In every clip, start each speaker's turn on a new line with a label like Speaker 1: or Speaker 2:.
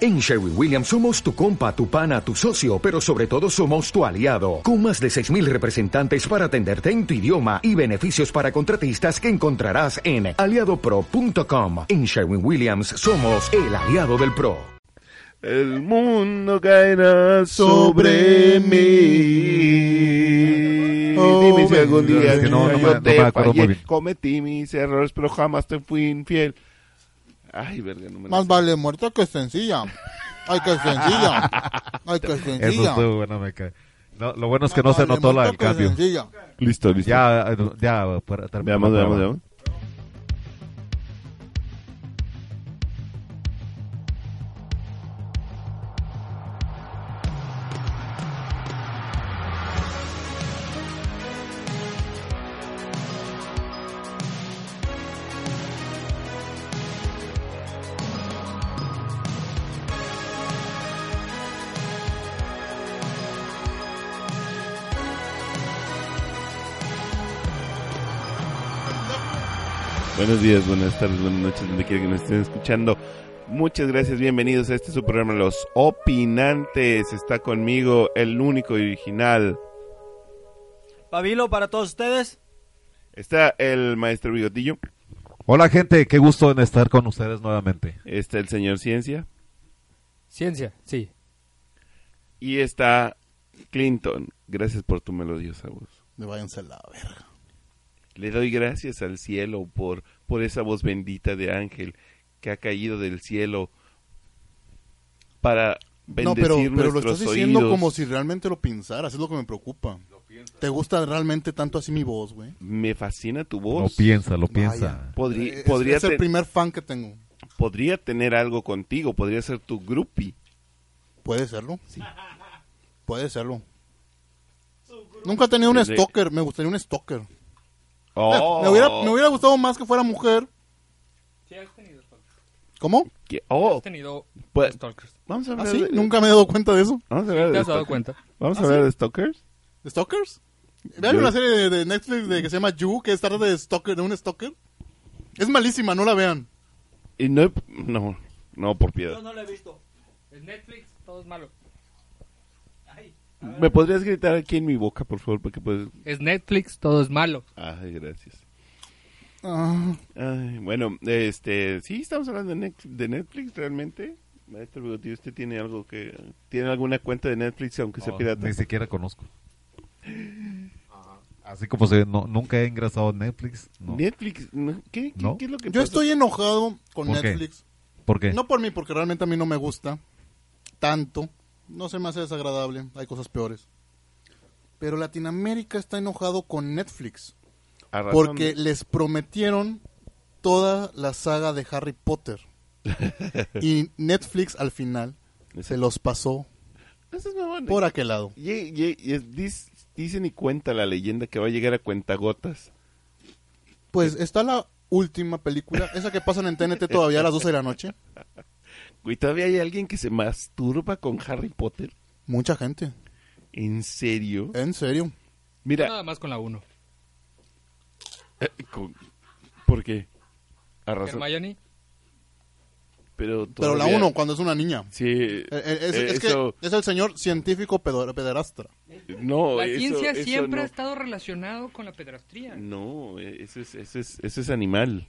Speaker 1: En Sherwin Williams somos tu compa, tu pana, tu socio, pero sobre todo somos tu aliado, con más de 6.000 representantes para atenderte en tu idioma y beneficios para contratistas que encontrarás en aliadopro.com. En Sherwin Williams somos el aliado del PRO.
Speaker 2: El mundo caerá sobre mí.
Speaker 3: Oh,
Speaker 2: Dime si algún
Speaker 3: baby.
Speaker 2: día
Speaker 3: Es que no, no
Speaker 2: yo
Speaker 3: me- no me
Speaker 2: te
Speaker 3: acuerdo muy
Speaker 2: fallé.
Speaker 3: bien.
Speaker 2: Cometí mis errores, pero jamás te fui infiel. Ay, verga, no me la
Speaker 4: Más
Speaker 2: sé.
Speaker 4: vale muerta que sencilla. Ay, que sencilla. Ay, que
Speaker 3: Eso
Speaker 4: sencilla.
Speaker 3: estuvo bueno, me cae. No, lo bueno es que no
Speaker 4: Más
Speaker 3: se
Speaker 4: vale
Speaker 3: notó la
Speaker 4: muerta
Speaker 3: del
Speaker 4: que
Speaker 3: cambio.
Speaker 4: sencilla.
Speaker 2: Listo, listo.
Speaker 3: Ya, eh, ya, para terminar
Speaker 2: Veamos,
Speaker 3: la
Speaker 2: veamos,
Speaker 3: prueba.
Speaker 2: veamos. Buenos días, buenas tardes, buenas noches, donde quiera que nos estén escuchando. Muchas gracias, bienvenidos a este su programa Los Opinantes. Está conmigo el único y original.
Speaker 5: Pabilo, para todos ustedes.
Speaker 2: Está el maestro Bigotillo,
Speaker 3: Hola, gente, qué gusto en estar con ustedes nuevamente.
Speaker 2: está el señor Ciencia
Speaker 5: Ciencia, sí.
Speaker 2: y está Clinton. Gracias por tu melodiosa voz.
Speaker 4: Me váyanse a la verga.
Speaker 2: Le doy gracias al cielo por, por esa voz bendita de ángel que ha caído del cielo para
Speaker 4: No, pero,
Speaker 2: bendecir
Speaker 4: pero lo
Speaker 2: nuestros
Speaker 4: estás diciendo
Speaker 2: oídos.
Speaker 4: como si realmente lo pensaras. Es lo que me preocupa. ¿Te gusta realmente tanto así mi voz, güey?
Speaker 2: Me fascina tu
Speaker 3: Lo
Speaker 2: voz.
Speaker 3: piensa, lo
Speaker 4: Vaya.
Speaker 3: piensa.
Speaker 2: Podrí-
Speaker 4: Eh, Es-
Speaker 2: podría
Speaker 4: es el
Speaker 2: ten-
Speaker 4: primer fan que tengo.
Speaker 2: podría tener algo contigo, podría ser tu groupie.
Speaker 4: Puede serlo. Puede serlo. Nunca he tenido un
Speaker 2: Desde- Oh.
Speaker 4: stalker. Me gustaría un stalker. Me, hubiera, me hubiera gustado más que fuera mujer. ¿Cómo?
Speaker 2: ¿Qué? Oh,
Speaker 5: tenido
Speaker 2: pues,
Speaker 5: stalkers.
Speaker 2: vamos a
Speaker 4: ¿Ah,
Speaker 2: hablar
Speaker 4: sí?
Speaker 2: de-
Speaker 4: Nunca me he dado cuenta de eso.
Speaker 2: Vamos a hablar
Speaker 5: ¿Te
Speaker 2: de
Speaker 5: has dado
Speaker 2: stalkers.
Speaker 5: cuenta? Ah,
Speaker 2: Vamos a hablar de stalkers.
Speaker 4: ¿De stalkers? Vean
Speaker 2: Yo-
Speaker 4: una serie de, de Netflix de que se llama You, que es tarde de stalker, de un stalker. Es malísima, no la vean.
Speaker 2: Y no, no, no, por piedad.
Speaker 5: no lo he visto. Es Netflix, todo es malo.
Speaker 2: ¿Me podrías gritar aquí en mi boca, por favor? Porque puedes...
Speaker 5: Es Netflix, todo es malo.
Speaker 2: Ay, gracias.
Speaker 4: Ah,
Speaker 2: Ay, bueno, este, sí, estamos hablando de Nex- de Netflix realmente. Maestro Bigotillo, ¿usted tiene algo que... ¿Tiene alguna cuenta de Netflix aunque sea
Speaker 3: No,
Speaker 2: pirata?
Speaker 3: Ni siquiera conozco. Así como se, no, nunca he ingresado a Netflix. No.
Speaker 2: Netflix, no, ¿qué, qué-
Speaker 3: No.
Speaker 2: qué es lo que
Speaker 4: yo
Speaker 2: pasa?
Speaker 4: estoy enojado con
Speaker 3: ¿Por qué?
Speaker 4: Netflix.
Speaker 3: ¿Por qué?
Speaker 4: No por mí, porque realmente a mí no me gusta tanto. No se me hace desagradable, hay cosas peores. Pero Latinoamérica está enojado con Netflix.
Speaker 2: A Ah, razón.
Speaker 4: Porque les prometieron toda la saga de Harry Potter. y Netflix al final se los pasó
Speaker 2: Eso es mamón.
Speaker 4: por aquel lado.
Speaker 2: Ye- ye- ye- dis- dicen y cuenta la leyenda que va a llegar a cuentagotas.
Speaker 4: Pues está la última película, esa que pasan en TNT todavía a las 12 de la noche.
Speaker 2: Güey, todavía hay alguien que se masturba con Harry Potter.
Speaker 4: Mucha gente,
Speaker 2: ¿En serio?
Speaker 4: en serio.
Speaker 2: Mira,
Speaker 5: Nada más con la 1.
Speaker 2: eh, con- ¿por qué? A razón.
Speaker 5: Hermione,
Speaker 2: Pero,
Speaker 4: Pero la
Speaker 2: todavía-
Speaker 4: uno cuando es una niña.
Speaker 2: Sí,
Speaker 4: Eh, eh, Es, es
Speaker 2: eso-
Speaker 4: que es el señor científico pedo- pederastra.
Speaker 2: no,
Speaker 6: La
Speaker 2: Oh, eso-
Speaker 6: ciencia
Speaker 2: eso
Speaker 6: siempre
Speaker 2: no.
Speaker 6: ha estado relacionado con la pedrastría
Speaker 2: No, eh, eso es, eso es, eso es animal.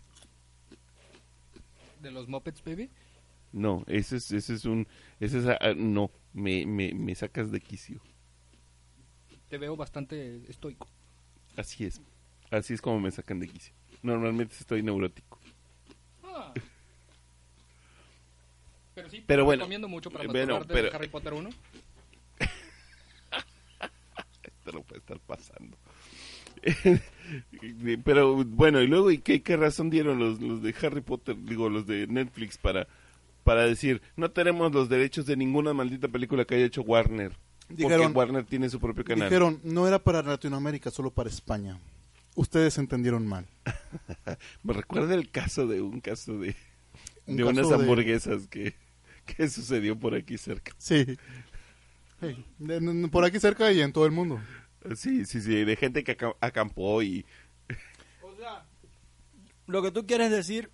Speaker 6: de los Muppets Baby.
Speaker 2: No, eso es, eso es un, eso es, ah, no, me, me, me sacas de quicio.
Speaker 6: Te veo bastante estoico.
Speaker 2: Así es, así es como me sacan de quicio. Normalmente estoy neurótico.
Speaker 6: Ah. Pero sí,
Speaker 2: Pero
Speaker 6: te
Speaker 2: bueno,
Speaker 6: recomiendo mucho para
Speaker 2: eh, bueno,
Speaker 6: masturbarte
Speaker 2: pero-
Speaker 6: de Harry Potter 1.
Speaker 2: te lo puede estar pasando. Pero bueno, y luego, ¿y qué, qué razón dieron los, los de Harry Potter, digo, los de Netflix para, para decir, no tenemos los derechos de ninguna maldita película que haya hecho Warner?
Speaker 4: Dijeron-
Speaker 2: porque Warner tiene su propio canal.
Speaker 4: Dijeron, no era para Latinoamérica, solo para España. Ustedes entendieron mal.
Speaker 2: Me recuerda el caso de un caso de,
Speaker 4: Un
Speaker 2: de
Speaker 4: caso
Speaker 2: unas
Speaker 4: de-
Speaker 2: hamburguesas que, que sucedió por aquí cerca.
Speaker 4: Sí. Sí, de- n- n- por aquí cerca y en todo el mundo.
Speaker 2: Sí, sí, sí, de gente que aca- acampó y...
Speaker 7: Lo que tú quieres decir,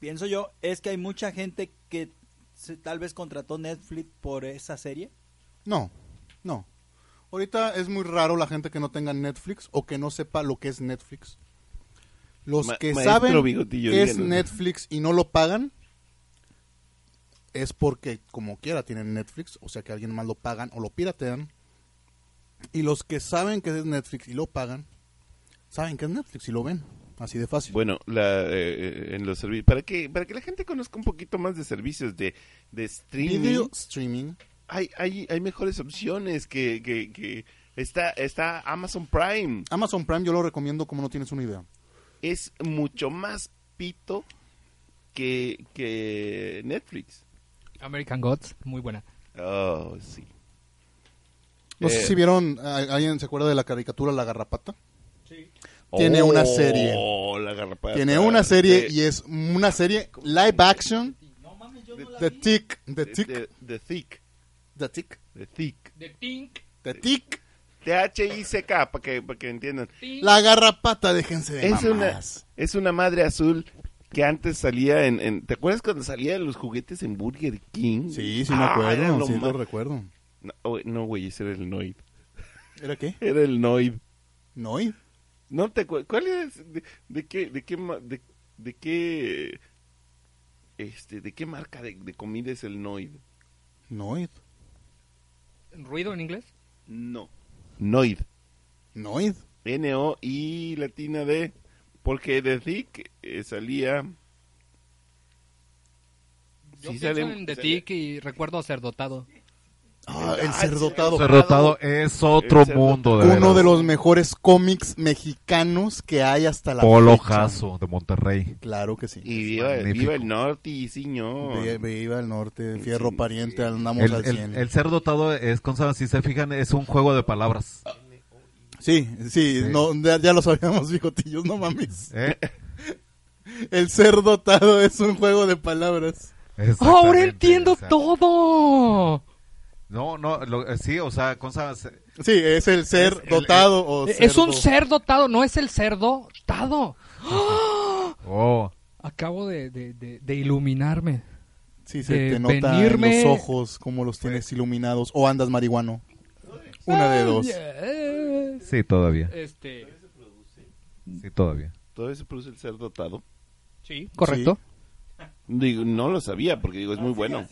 Speaker 7: pienso yo, es que hay mucha gente que se- tal vez contrató Netflix por esa serie?
Speaker 4: No, no. Ahorita es muy raro la gente que no tenga Netflix o que no sepa lo que es Netflix. Los
Speaker 2: Ma-
Speaker 4: que
Speaker 2: maestro
Speaker 4: saben
Speaker 2: Bigotillo,
Speaker 4: qué es
Speaker 2: díganos.
Speaker 4: Netflix y no lo pagan es porque como quiera tienen Netflix, o sea que alguien más lo pagan o lo piratean. Y los que saben que es Netflix y lo pagan, saben que es Netflix y lo ven. Así de fácil.
Speaker 2: Bueno, la, eh, eh, en los servicios. Para que, para que la gente conozca un poquito más de servicios de, de streaming.
Speaker 4: Video streaming.
Speaker 2: Hay, hay, hay mejores opciones que. que, que está, está Amazon Prime.
Speaker 4: Amazon Prime yo lo recomiendo como no tienes una idea.
Speaker 2: Es mucho más pito que, que Netflix.
Speaker 5: American Gods, muy buena.
Speaker 2: Oh, sí.
Speaker 4: No
Speaker 2: Eh.
Speaker 4: sé si vieron, ¿al- ¿alguien se acuerda de la caricatura La Garrapata? Tiene
Speaker 2: Oh,
Speaker 4: una serie.
Speaker 2: la garrapata.
Speaker 4: Tiene una serie
Speaker 2: Sí.
Speaker 4: y es una serie live action. The Tick, The
Speaker 2: The-
Speaker 4: Tick,
Speaker 2: The, the Thick.
Speaker 4: The Tick,
Speaker 2: The Thick.
Speaker 6: De Tink.
Speaker 4: The Tick.
Speaker 2: T-H-I-C-K, para que, para que entiendan.
Speaker 4: La garrapata, déjense de
Speaker 2: Es una,
Speaker 4: mamadas.
Speaker 2: es una madre azul que antes salía en, en- ¿Te acuerdas cuando salía de los juguetes en Burger King?
Speaker 4: Sí, sí me
Speaker 2: Ah, era
Speaker 4: acuerdo,
Speaker 2: lo
Speaker 4: sí
Speaker 2: ma-
Speaker 4: lo recuerdo.
Speaker 2: No, oh, no, güey, ese era el Noid.
Speaker 4: ¿Era qué?
Speaker 2: Era el Noid.
Speaker 4: Noid.
Speaker 2: No te acuer- ¿Cuál es? De, de qué, de qué, ma- de, de qué, este, de qué marca de, de comida es el Noid?
Speaker 4: Noid.
Speaker 5: ¿Ruido en inglés?
Speaker 2: No. Noid.
Speaker 4: Noid.
Speaker 2: N-O y latina D. Porque de Dick eh, salía.
Speaker 5: Yo
Speaker 2: Sí,
Speaker 5: pienso
Speaker 2: sale-
Speaker 5: en The
Speaker 2: sale-
Speaker 5: Tick y recuerdo sacerdotado.
Speaker 4: Ah,
Speaker 2: Ah,
Speaker 4: el cerdotado.
Speaker 3: Cerrotado es otro
Speaker 2: El Cerro-
Speaker 3: mundo de
Speaker 4: Uno
Speaker 3: veras.
Speaker 4: de los mejores cómics mexicanos que hay hasta la
Speaker 3: Polo
Speaker 4: fecha.
Speaker 3: Jaso de Monterrey.
Speaker 4: Claro que sí.
Speaker 2: Y viva,
Speaker 3: magnífico.
Speaker 2: viva el norte y señor.
Speaker 4: Vi- Viva el norte, fierro pariente, andamos
Speaker 3: El,
Speaker 4: al
Speaker 3: el-
Speaker 4: 100.
Speaker 3: el ser dotado es, con- si se fijan, es un juego de palabras.
Speaker 4: Sí, sí, no, ya, ya lo sabíamos, bigotillos, no mames.
Speaker 3: ¿eh?
Speaker 4: El ser dotado es un juego de palabras.
Speaker 3: Exactamente,
Speaker 5: ¡Ahora entiendo
Speaker 3: o sea,
Speaker 5: todo!
Speaker 3: No, no, lo- eh, sí, o sea, con esas-
Speaker 4: Sí, es el ser dotado
Speaker 2: Oh,
Speaker 4: o
Speaker 5: Es
Speaker 4: cerdo.
Speaker 5: un ser dotado, no es el cerdo dotado.
Speaker 3: oh,
Speaker 5: Acabo de, de- de- de iluminarme.
Speaker 4: Sí, se
Speaker 5: de
Speaker 4: te nota
Speaker 5: venirme-
Speaker 4: en los ojos como los tienes iluminados o andas marihuano. Una
Speaker 5: Ah,
Speaker 4: de dos.
Speaker 5: Eh,
Speaker 3: sí, todavía,
Speaker 5: Este,
Speaker 3: sí, todavía.
Speaker 2: Todavía se produce el ser dotado.
Speaker 5: sí, correcto.
Speaker 2: Digo, no lo sabía porque digo, es muy bueno.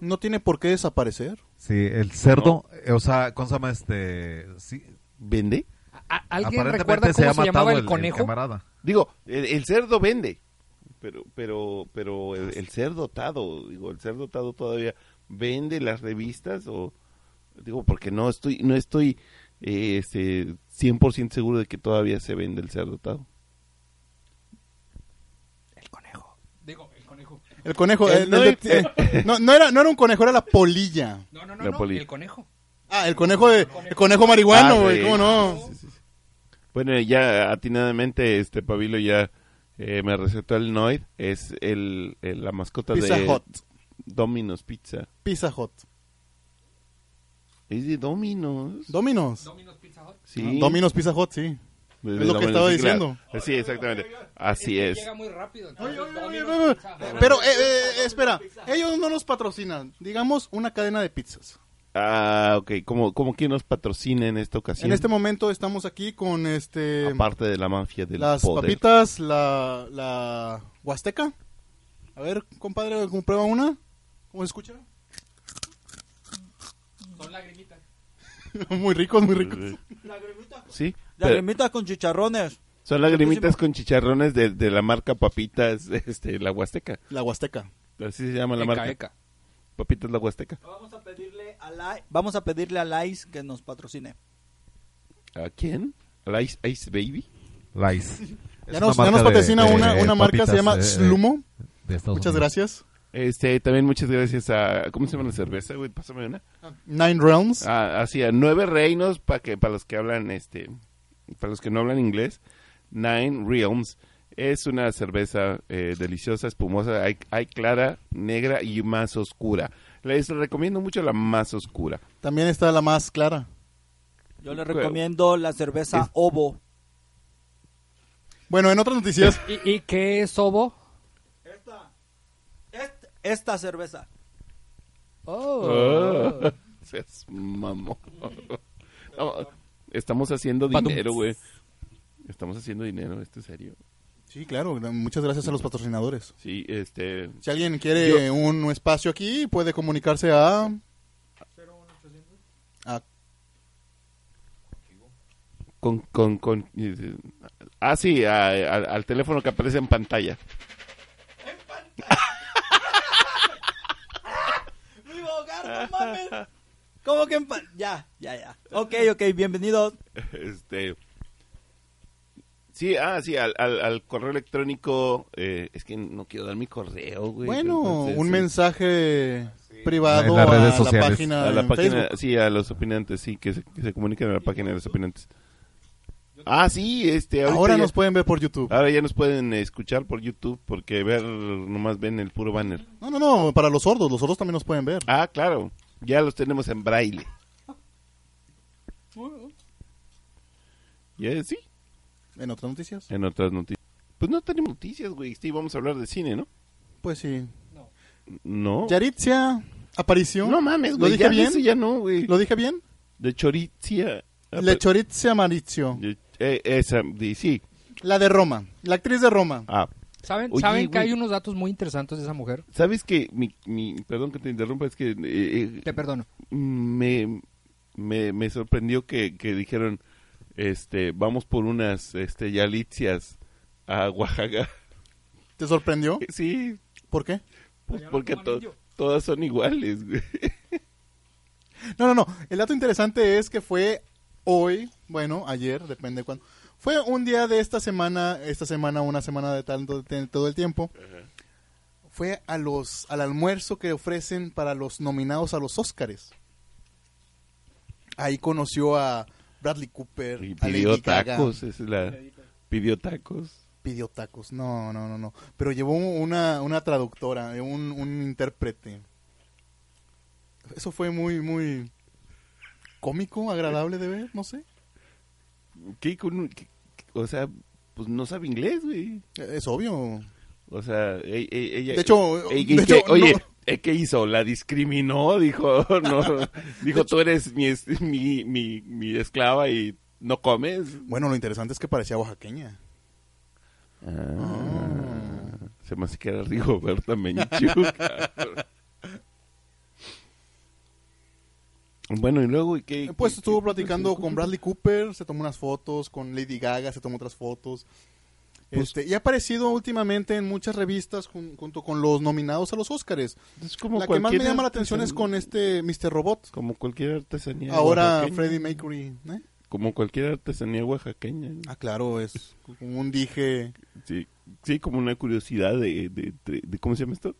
Speaker 4: No tiene por qué desaparecer.
Speaker 3: Sí, el cerdo, eh, o sea, ¿cómo se llama este? Sí,
Speaker 2: ¿Vende?
Speaker 5: ¿A- ¿Alguien
Speaker 3: aparentemente
Speaker 5: recuerda cómo
Speaker 3: ha
Speaker 5: se,
Speaker 3: matado
Speaker 5: llamaba el, conejo?
Speaker 3: camarada.
Speaker 2: Digo, el, el cerdo vende. Pero, pero, pero el, el ser dotado, digo, el ser dotado todavía vende las revistas o digo porque no estoy, no estoy eh, este, 100% seguro de que todavía se vende el ser dotado.
Speaker 6: Digo, el conejo.
Speaker 4: El conejo.
Speaker 2: El
Speaker 4: el-
Speaker 2: no-
Speaker 4: el de- eh, no, no era, no era un conejo, era la polilla.
Speaker 6: No, no, no,
Speaker 2: La
Speaker 6: no,
Speaker 2: poli-
Speaker 6: el conejo.
Speaker 4: Ah, el conejo de, el conejo marihuano,
Speaker 2: Ah,
Speaker 4: güey,
Speaker 2: sí,
Speaker 4: ¿cómo no?
Speaker 2: sí, sí, sí. Bueno, ya atinadamente, este Pabilo ya eh, me recetó el Noid. Es el, el- la mascota
Speaker 4: Pizza
Speaker 2: de
Speaker 4: Hot.
Speaker 2: Domino's Pizza.
Speaker 4: Pizza Hot.
Speaker 2: Es de Domino's.
Speaker 4: Dominos. Ah,
Speaker 6: Domino's Pizza Hut.
Speaker 2: sí.
Speaker 4: Dominos Pizza Hot, sí.
Speaker 2: De-
Speaker 4: es
Speaker 2: de
Speaker 4: lo que estaba
Speaker 2: sí, claro.
Speaker 4: diciendo.
Speaker 2: Sí, exactamente. Así es.
Speaker 6: Llega muy rápido.
Speaker 4: Oye,
Speaker 6: entonces,
Speaker 4: oye, oye,
Speaker 6: Domino's
Speaker 4: oye,
Speaker 6: Pizza Hut.
Speaker 4: oye, Pero, eh, eh, espera, ellos no nos patrocinan. Digamos una cadena de pizzas.
Speaker 2: Ah, ok. ¿Cómo, cómo que nos patrocina en eh, esta ocasión?
Speaker 4: En este momento estamos aquí con este
Speaker 2: Aparte de la mafia del
Speaker 4: las
Speaker 2: poder.
Speaker 4: papitas, la, la huasteca. A ver, compadre, comprueba una. ¿Cómo se escucha?
Speaker 6: Son lagrimitas.
Speaker 4: muy ricos, muy ricos.
Speaker 2: Sí.
Speaker 7: La
Speaker 2: pero
Speaker 7: remita con chicharrones.
Speaker 2: son lagrimitas con chicharrones de, de la marca Papitas, este, la Huasteca.
Speaker 4: La huasteca.
Speaker 2: Así se llama la
Speaker 6: Eca,
Speaker 2: marca.
Speaker 6: eca.
Speaker 2: Papitas la Huasteca.
Speaker 7: Vamos a pedirle a, la... Vamos a pedirle a Lais que nos patrocine.
Speaker 2: ¿A quién? ¿A la Ice, Ice Baby?
Speaker 3: Lice. Es
Speaker 4: Ya nos,
Speaker 3: una
Speaker 4: ya
Speaker 3: marca
Speaker 4: nos
Speaker 3: de-
Speaker 4: patrocina
Speaker 3: de-
Speaker 4: una,
Speaker 3: de
Speaker 4: una marca, se
Speaker 3: papitas,
Speaker 4: llama
Speaker 3: eh,
Speaker 4: Slumo.
Speaker 3: de Estados
Speaker 4: Muchas
Speaker 3: Unidos.
Speaker 4: gracias.
Speaker 2: Este, también muchas gracias a... ¿Cómo se llama la cerveza, güey? Pásame una.
Speaker 4: Nine Realms.
Speaker 2: Ah, así, a Nueve Reinos, para que para los que hablan, este... Para los que no hablan inglés, Nine Realms. Es una cerveza eh, deliciosa, espumosa. Hay, hay clara, negra y más oscura. Les recomiendo mucho la más oscura.
Speaker 4: También está la más clara.
Speaker 7: Yo le recomiendo la cerveza
Speaker 2: Es-
Speaker 7: Ovo.
Speaker 4: Bueno, en otras noticias,
Speaker 5: ¿Y, y qué es Obo?
Speaker 7: Esta. Esta. esta cerveza.
Speaker 5: Oh.
Speaker 2: Seas mamón. No, estamos haciendo
Speaker 5: Patum.
Speaker 2: dinero, güey. Estamos haciendo dinero, esto es serio.
Speaker 4: Sí, claro. gra- Muchas gracias a los patrocinadores.
Speaker 2: Sí, este.
Speaker 4: Si alguien quiere un espacio aquí, puede comunicarse a... a
Speaker 2: Con, con, con. eh, Ah, sí, a- a- al teléfono que aparece en pantalla.
Speaker 7: ¡Viva hogar, no mames! ¿Cómo que en pa- Ya, ya, ya. Ok, ok, bienvenidos.
Speaker 2: Este. Sí, ah, sí, al, al, al correo electrónico. eh, es que no quiero dar mi correo, güey.
Speaker 4: bueno,
Speaker 2: Entonces,
Speaker 4: un
Speaker 2: sí.
Speaker 4: mensaje privado
Speaker 3: En las redes
Speaker 4: a la
Speaker 3: sociales.
Speaker 4: página
Speaker 2: A la
Speaker 4: en
Speaker 2: página,
Speaker 4: Facebook.
Speaker 2: sí, a los opinantes, sí, que se, que se comuniquen a la página de los opinantes. Ah, sí, este. ahorita
Speaker 4: Ahora
Speaker 2: ya- Ah.
Speaker 4: nos pueden ver por YouTube.
Speaker 2: Ahora ya nos pueden escuchar por YouTube porque ver nomás ven el puro banner.
Speaker 4: No, no, no, para los sordos. Los sordos también nos pueden ver.
Speaker 2: Ah, claro, ya los tenemos en braille. Ya eh, sí,
Speaker 4: ¿En otras noticias?
Speaker 2: en otras noticias. Pues no tenemos noticias, güey. Sí, vamos a hablar de cine, ¿no?
Speaker 4: Pues sí.
Speaker 2: No.
Speaker 4: Yaritzia, aparición.
Speaker 2: No mames,
Speaker 4: ¿Lo
Speaker 2: güey.
Speaker 4: dije
Speaker 2: ya
Speaker 4: bien?
Speaker 2: eso ya no, güey.
Speaker 4: ¿Lo dije bien?
Speaker 2: De Choritzia. Ah,
Speaker 4: Le
Speaker 2: pero-
Speaker 4: Chorizia Marizio.
Speaker 2: de- eh, esa, di- sí.
Speaker 4: La de Roma. La actriz de Roma.
Speaker 2: Ah,
Speaker 5: ¿Saben,
Speaker 2: Oye,
Speaker 5: ¿saben que
Speaker 2: güey.
Speaker 5: hay unos datos muy interesantes de esa mujer?
Speaker 2: ¿sabes que mi, mi- perdón que te interrumpa, es que eh, eh,
Speaker 5: Te perdono.
Speaker 2: me, me, me sorprendió que, que dijeron, este, vamos por unas este, yalitzias a Oaxaca.
Speaker 4: ¿Te sorprendió?
Speaker 2: Sí,
Speaker 4: ¿Por qué?
Speaker 2: pues porque to- todas son iguales, güey.
Speaker 4: No, no, no. El dato interesante es que fue hoy, bueno, ayer, depende de cuándo. Fue un día de esta semana, esta semana, una semana de tanto de todo el tiempo. Fue a los al almuerzo que ofrecen para los nominados a los Óscares. Ahí conoció a Bradley Cooper,
Speaker 2: Y
Speaker 4: a Lady
Speaker 2: pidió
Speaker 4: Gaga.
Speaker 2: tacos, es la... Pidió tacos.
Speaker 4: pidió tacos. No, no, no, no. Pero llevó una, una traductora, eh, un, un intérprete. Eso fue muy, muy cómico, agradable de ver, no sé.
Speaker 2: ¿Qué con- qué- o sea, pues no sabe inglés, güey.
Speaker 4: Eh, Es obvio.
Speaker 2: O sea, e- e- ella...
Speaker 4: De hecho,
Speaker 2: e-
Speaker 4: de
Speaker 2: que-
Speaker 4: hecho,
Speaker 2: oye,
Speaker 4: no.
Speaker 2: eh, ¿qué hizo? ¿La discriminó? Dijo, no, dijo, tú eres mi, es- mi, mi, mi esclava y no comes.
Speaker 4: Bueno, lo interesante es que parecía oaxaqueña.
Speaker 2: Ah. Se me hace que era Rigoberta Menchuca. bueno, y luego, ¿y qué?
Speaker 4: Eh, Pues
Speaker 2: qué-
Speaker 4: estuvo
Speaker 2: qué-
Speaker 4: platicando con Bradley Cooper, se tomó unas fotos, con Lady Gaga se tomó otras fotos.
Speaker 2: Pues
Speaker 4: Este, y ha aparecido últimamente en muchas revistas jun- junto con los nominados a los Óscares.
Speaker 2: Es como
Speaker 4: La que más me
Speaker 2: cualquier
Speaker 4: llama la atención es con este Mr. Robot.
Speaker 2: Como cualquier artesanía.
Speaker 4: Ahora
Speaker 2: oaxaqueña.
Speaker 4: Freddie Mercury, ¿eh?
Speaker 2: Como cualquier artesanía oaxaqueña.
Speaker 4: Ah, claro, es como un dije
Speaker 2: Sí, sí, como una curiosidad de, de, de- de- ¿Cómo se llama esto?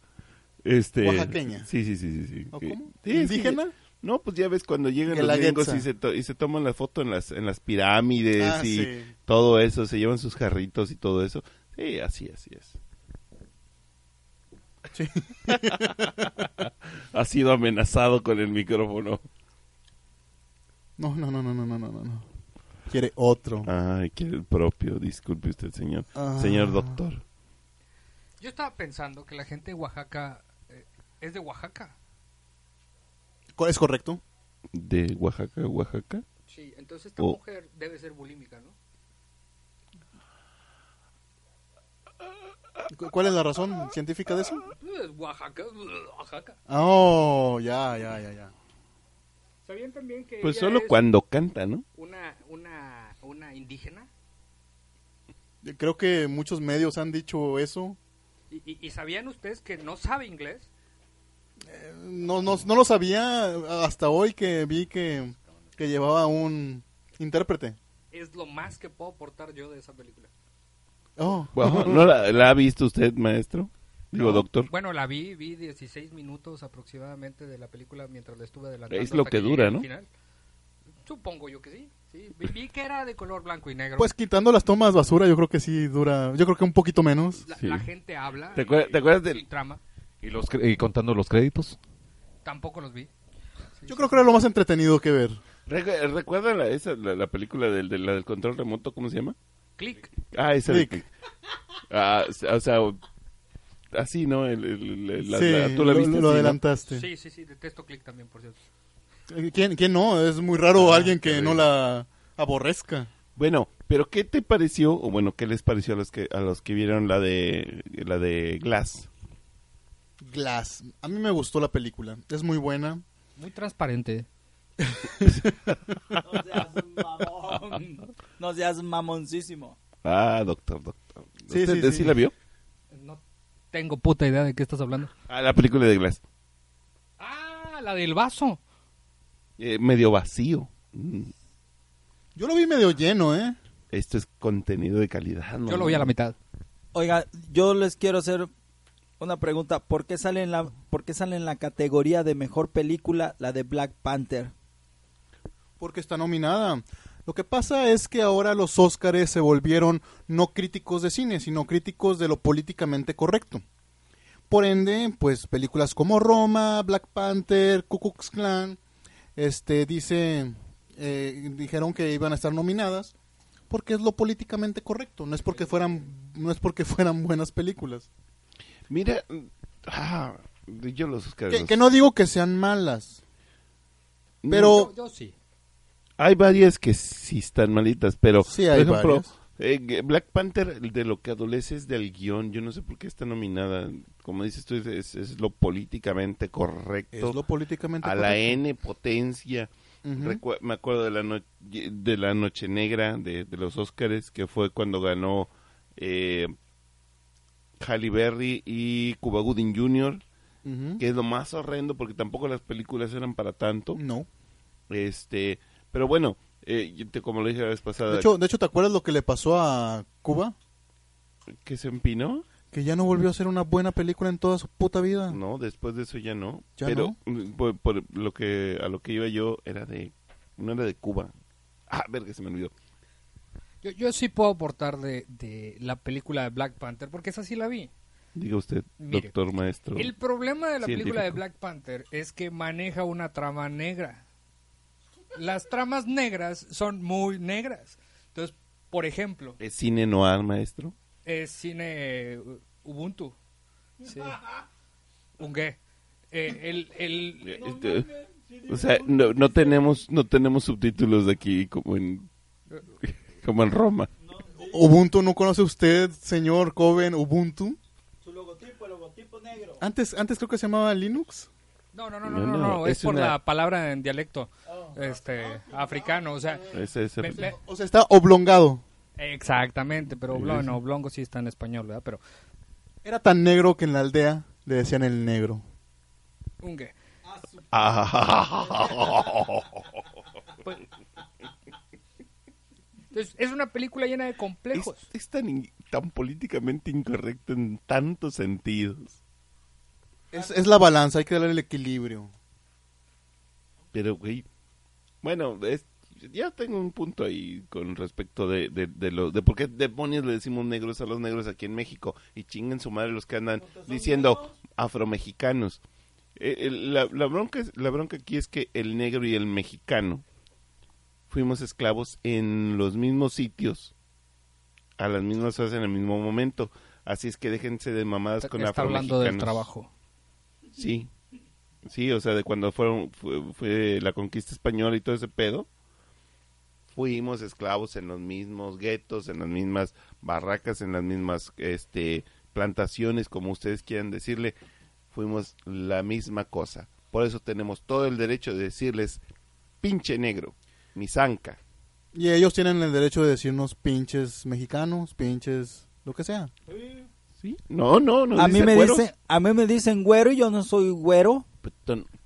Speaker 2: Este,
Speaker 4: Oaxaqueña.
Speaker 2: Sí, sí, sí, sí. sí.
Speaker 4: ¿O
Speaker 2: Que-
Speaker 4: cómo?
Speaker 2: sí, es que-
Speaker 4: ¿Indígena?
Speaker 2: no, pues ya ves cuando llegan los
Speaker 4: Guelaguetza.
Speaker 2: gringos y se, to- y se toman la foto en las, en las pirámides
Speaker 4: Ah,
Speaker 2: y
Speaker 4: sí.
Speaker 2: todo eso, se llevan sus jarritos y todo eso. Sí, así, así es.
Speaker 4: Sí.
Speaker 2: ha sido amenazado con el micrófono.
Speaker 4: No, no, no, no, no, no, no, no. Quiere otro.
Speaker 2: Ay, que el propio, disculpe usted, señor.
Speaker 4: Ah.
Speaker 2: Señor doctor.
Speaker 5: Yo estaba pensando que la gente de Oaxaca eh, es de Oaxaca.
Speaker 4: Co- ¿Es correcto?
Speaker 2: ¿De Oaxaca, Oaxaca?
Speaker 5: Sí, entonces esta
Speaker 2: Oh.
Speaker 5: mujer debe ser bulímica, ¿no?
Speaker 4: ¿Cu- ¿Cuál es la razón científica de eso?
Speaker 5: Eh, Oaxaca, Oaxaca.
Speaker 4: Oh, ya, ya, ya, ya.
Speaker 5: ¿Sabían también que
Speaker 2: Pues
Speaker 5: ella
Speaker 2: solo
Speaker 5: es
Speaker 2: cuando canta, ¿no?
Speaker 5: una, una, una indígena?
Speaker 4: Yo Creo que muchos medios han dicho eso.
Speaker 5: ¿Y, y- y sabían ustedes que no sabe inglés?
Speaker 4: No, no, no lo sabía hasta hoy que vi que, que llevaba un intérprete.
Speaker 5: Es lo más que puedo aportar yo de esa película.
Speaker 4: Oh,
Speaker 2: Bueno, ¿No la, la ha visto usted, maestro? Digo, doctor.
Speaker 5: Bueno, la vi, vi 16 minutos adelante de la película mientras la estuve adelantando.
Speaker 2: Es lo
Speaker 5: hasta
Speaker 2: que
Speaker 5: llegué
Speaker 2: dura,
Speaker 5: al
Speaker 2: ¿no?
Speaker 5: final. Supongo yo que sí. sí. Vi, vi que era de color blanco y negro.
Speaker 4: pues quitando las tomas basura, yo creo que sí dura. Yo creo que un poquito menos.
Speaker 5: la,
Speaker 2: sí.
Speaker 5: la gente habla.
Speaker 2: ¿Te acuer- te acuerdas del-
Speaker 5: sin trama?
Speaker 3: ¿Y, los cre- y contando los créditos.
Speaker 5: Tampoco los vi.
Speaker 4: Yo creo que era lo más entretenido que ver.
Speaker 2: Recu- ¿Recuerda la, esa, la, la película del, de la del control remoto? ¿Cómo se llama?
Speaker 5: Click.
Speaker 2: Ah, esa de
Speaker 4: Click.
Speaker 2: Click. Ah, o sea, o sea, así, ¿no? El- el- el- la-
Speaker 4: Sí,
Speaker 2: la- tú la
Speaker 4: lo-
Speaker 2: viste
Speaker 4: lo,
Speaker 2: así, ¿no?
Speaker 4: adelantaste.
Speaker 5: Sí, sí, sí, detesto click también, por cierto.
Speaker 4: Eh, ¿Quién, quién no? Es muy raro alguien que no la aborrezca.
Speaker 2: Bueno, pero ¿qué te pareció o bueno, qué les pareció a los que a los que vieron la de la de Glass?
Speaker 4: Glass. A mí me gustó la película. Es muy buena.
Speaker 5: Muy transparente.
Speaker 7: No seas mamón. No seas mamoncísimo.
Speaker 2: Ah, doctor, doctor.
Speaker 4: Sí,
Speaker 2: ¿Usted
Speaker 4: sí,
Speaker 2: sí,
Speaker 4: sí.
Speaker 2: la vio?
Speaker 5: No tengo puta idea de qué estás hablando.
Speaker 2: Ah, la película de Glass.
Speaker 5: Ah, la del vaso.
Speaker 2: Eh, medio vacío. Mm,
Speaker 4: Yo lo vi medio lleno, ¿eh?
Speaker 2: Esto es contenido de calidad. ¿no?
Speaker 5: Yo lo vi a la mitad.
Speaker 7: Oiga, yo les quiero hacer una pregunta. ¿Por qué sale en la, por qué sale en la categoría de mejor película la de Black Panther?
Speaker 4: Porque está nominada. Lo que pasa es que ahora los Óscares se volvieron no críticos de cine, sino críticos de lo políticamente correcto. Por ende, pues películas como Roma, Black Panther, Ku Klux Klan, este, dice, eh, dijeron que iban a estar nominadas porque es lo políticamente correcto, no es porque fueran, no es porque fueran buenas películas.
Speaker 2: Mira, mm, ah, yo los Óscar
Speaker 4: Que,
Speaker 2: los- Mm,
Speaker 4: que no digo que sean malas, pero
Speaker 5: Yo, yo sí.
Speaker 2: Hay varias que sí están malitas, pero
Speaker 4: Sí, hay
Speaker 2: por ejemplo,
Speaker 4: varias.
Speaker 2: eh, Black Panther de lo que adolece es del guión. Yo no sé por qué está nominada. Como dices tú, es, es lo políticamente correcto.
Speaker 4: es lo políticamente
Speaker 2: a
Speaker 4: correcto.
Speaker 2: la N potencia.
Speaker 4: Ujú.
Speaker 2: Recue- Me acuerdo de la, no- de la Noche Negra de, de los Óscares, que fue cuando ganó eh, Halle Berry y Cuba Gooding Jr.,
Speaker 4: Ujú.
Speaker 2: que es lo más horrendo porque tampoco las películas eran para tanto.
Speaker 4: No.
Speaker 2: Este, pero bueno, eh, yo te- como lo dije la vez pasada,
Speaker 4: De hecho, de hecho, ¿te acuerdas lo que le pasó a Cuba?
Speaker 2: que se empinó,
Speaker 4: Que ya no volvió a ser una buena película en toda su puta vida.
Speaker 2: no, después de eso ya no.
Speaker 4: Ah. ¿Ya
Speaker 2: pero mm, por, por lo que a lo que iba yo era de no era de Cuba. Ah, verga, se me olvidó.
Speaker 5: Yo, yo sí puedo aportar de, de la película de Black Panther, porque esa sí la vi.
Speaker 2: Diga usted,
Speaker 5: Mire,
Speaker 2: doctor maestro.
Speaker 5: El problema de la película de
Speaker 2: Científico.
Speaker 5: Black Panther es que maneja una trama negra. Las tramas negras son muy negras. Entonces, por ejemplo,
Speaker 2: ¿Es cine noir, maestro?
Speaker 5: es cine eh, Ubuntu. Sí. Ungué. Eh, el, el,
Speaker 2: Eh, este, o sea, no, no tenemos no tenemos subtítulos de aquí como en como en Roma.
Speaker 4: Ubuntu no conoce usted, señor joven Ubuntu.
Speaker 7: Su logotipo, el logotipo negro.
Speaker 4: Antes, antes creo que se llamaba Linux.
Speaker 5: No, no, no,
Speaker 2: No,
Speaker 5: no, no,
Speaker 2: no,
Speaker 5: no, es,
Speaker 2: es
Speaker 5: por
Speaker 2: una-
Speaker 5: la palabra en dialecto este africano, o sea,
Speaker 2: Ese- ese-
Speaker 5: me- me-
Speaker 4: O sea, está oblongado.
Speaker 5: exactamente, pero oblongo, no, oblongo sí está en español, ¿verdad? Pero
Speaker 4: Era tan negro que en la aldea le decían el negro.
Speaker 5: ungue. Pues- Entonces, es una película llena de
Speaker 2: es,
Speaker 5: complejos.
Speaker 2: es tan, in- tan políticamente incorrecto en tantos sentidos.
Speaker 4: Es, es la balanza, hay que darle el equilibrio.
Speaker 2: Pero, güey, bueno, es- ya tengo un punto ahí con respecto de, de, de, lo- de por qué demonios le decimos negros a los negros aquí en México y chinguen su madre los que andan diciendo afromexicanos. Eh, el- la, la bronca es- la bronca aquí es que el negro y el mexicano fuimos esclavos en los mismos sitios, a las mismas horas, en el mismo momento. Así es que déjense de mamadas con
Speaker 5: está hablando del
Speaker 2: afromexicanos.
Speaker 5: trabajo.
Speaker 2: Sí. Sí, o sea, de cuando fueron, fue, fue la conquista española y todo ese pedo, fuimos esclavos en los mismos guetos, en las mismas barracas, en las mismas este, plantaciones, como ustedes quieran decirle, fuimos la misma cosa. Por eso tenemos todo el derecho de decirles, pinche negro, mi zanca.
Speaker 4: Y ellos tienen el derecho de decirnos pinches mexicanos, pinches lo que sea.
Speaker 2: ¿Sí? No, no, no.
Speaker 7: A mí, me
Speaker 2: dice
Speaker 7: dicen, a mí me dicen güero y yo no soy güero.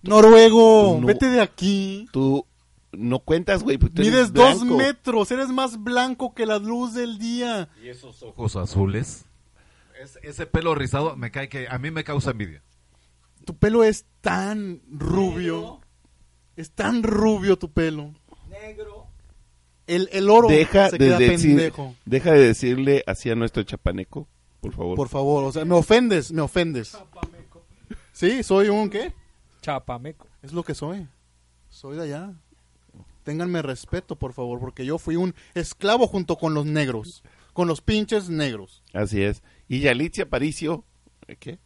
Speaker 4: Noruego,
Speaker 2: No.
Speaker 4: vete de aquí.
Speaker 2: Tú no cuentas, güey. porque tú eres
Speaker 4: Mides dos
Speaker 2: blanco.
Speaker 4: metros, eres más blanco que la luz del día.
Speaker 3: Y esos ojos azules. Es- ese pelo rizado me cae que a mí me causa envidia.
Speaker 4: Tu pelo es tan rubio. Es tan rubio tu pelo.
Speaker 7: Negro.
Speaker 4: El, el oro
Speaker 2: deja
Speaker 4: se
Speaker 2: de
Speaker 4: queda
Speaker 2: decir-
Speaker 4: pendejo.
Speaker 2: deja de decirle así a nuestro chapaneco, por favor.
Speaker 4: Por favor, o sea, me ofendes, me ofendes. Sí, soy un qué?
Speaker 5: Chapameco.
Speaker 4: Es lo que soy. Soy de allá. Ténganme respeto, por favor, porque yo fui un esclavo junto con los negros. Con los pinches negros.
Speaker 2: Así es. Y Yalitza Aparicio ¿eh, ¿Qué?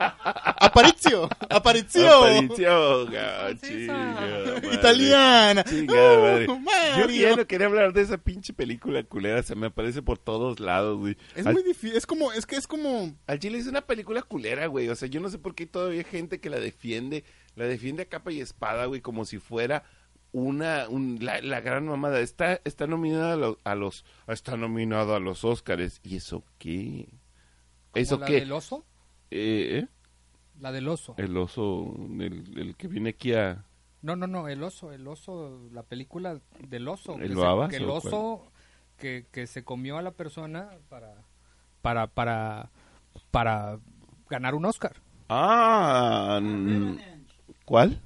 Speaker 4: Aparicio, Aparicio.
Speaker 2: Aparicio, cabrón,
Speaker 6: Francesa.
Speaker 2: chinga madre.
Speaker 4: oh. Italiana.
Speaker 2: Chingada
Speaker 4: Uh,
Speaker 2: madre. Yo ya
Speaker 4: Mario.
Speaker 2: no quería hablar de esa pinche película culera, se me aparece por todos lados, güey.
Speaker 4: Es
Speaker 2: Al-
Speaker 4: muy difícil, es como, es que es como,
Speaker 2: Al Chile es una película culera, güey. O sea, yo no sé por qué todavía hay gente que la defiende, la defiende a capa y espada, güey, como si fuera una un- la, la gran mamada. Está, está nominada a lo- a los, está nominada a los Óscares. ¿Y eso qué? ¿Eso
Speaker 5: ¿La
Speaker 2: qué?
Speaker 5: del oso?
Speaker 2: Eh, ¿eh?
Speaker 5: La del oso.
Speaker 2: El oso, el, el que viene aquí a...
Speaker 5: No, no, no, el oso, el oso, la película del oso.
Speaker 2: ¿El
Speaker 5: que se-
Speaker 2: Babas
Speaker 5: que el
Speaker 2: o cuál?
Speaker 5: oso que, que se comió a la persona para, para, para, para ganar un Oscar.
Speaker 2: Ah, mm, ¿cuál?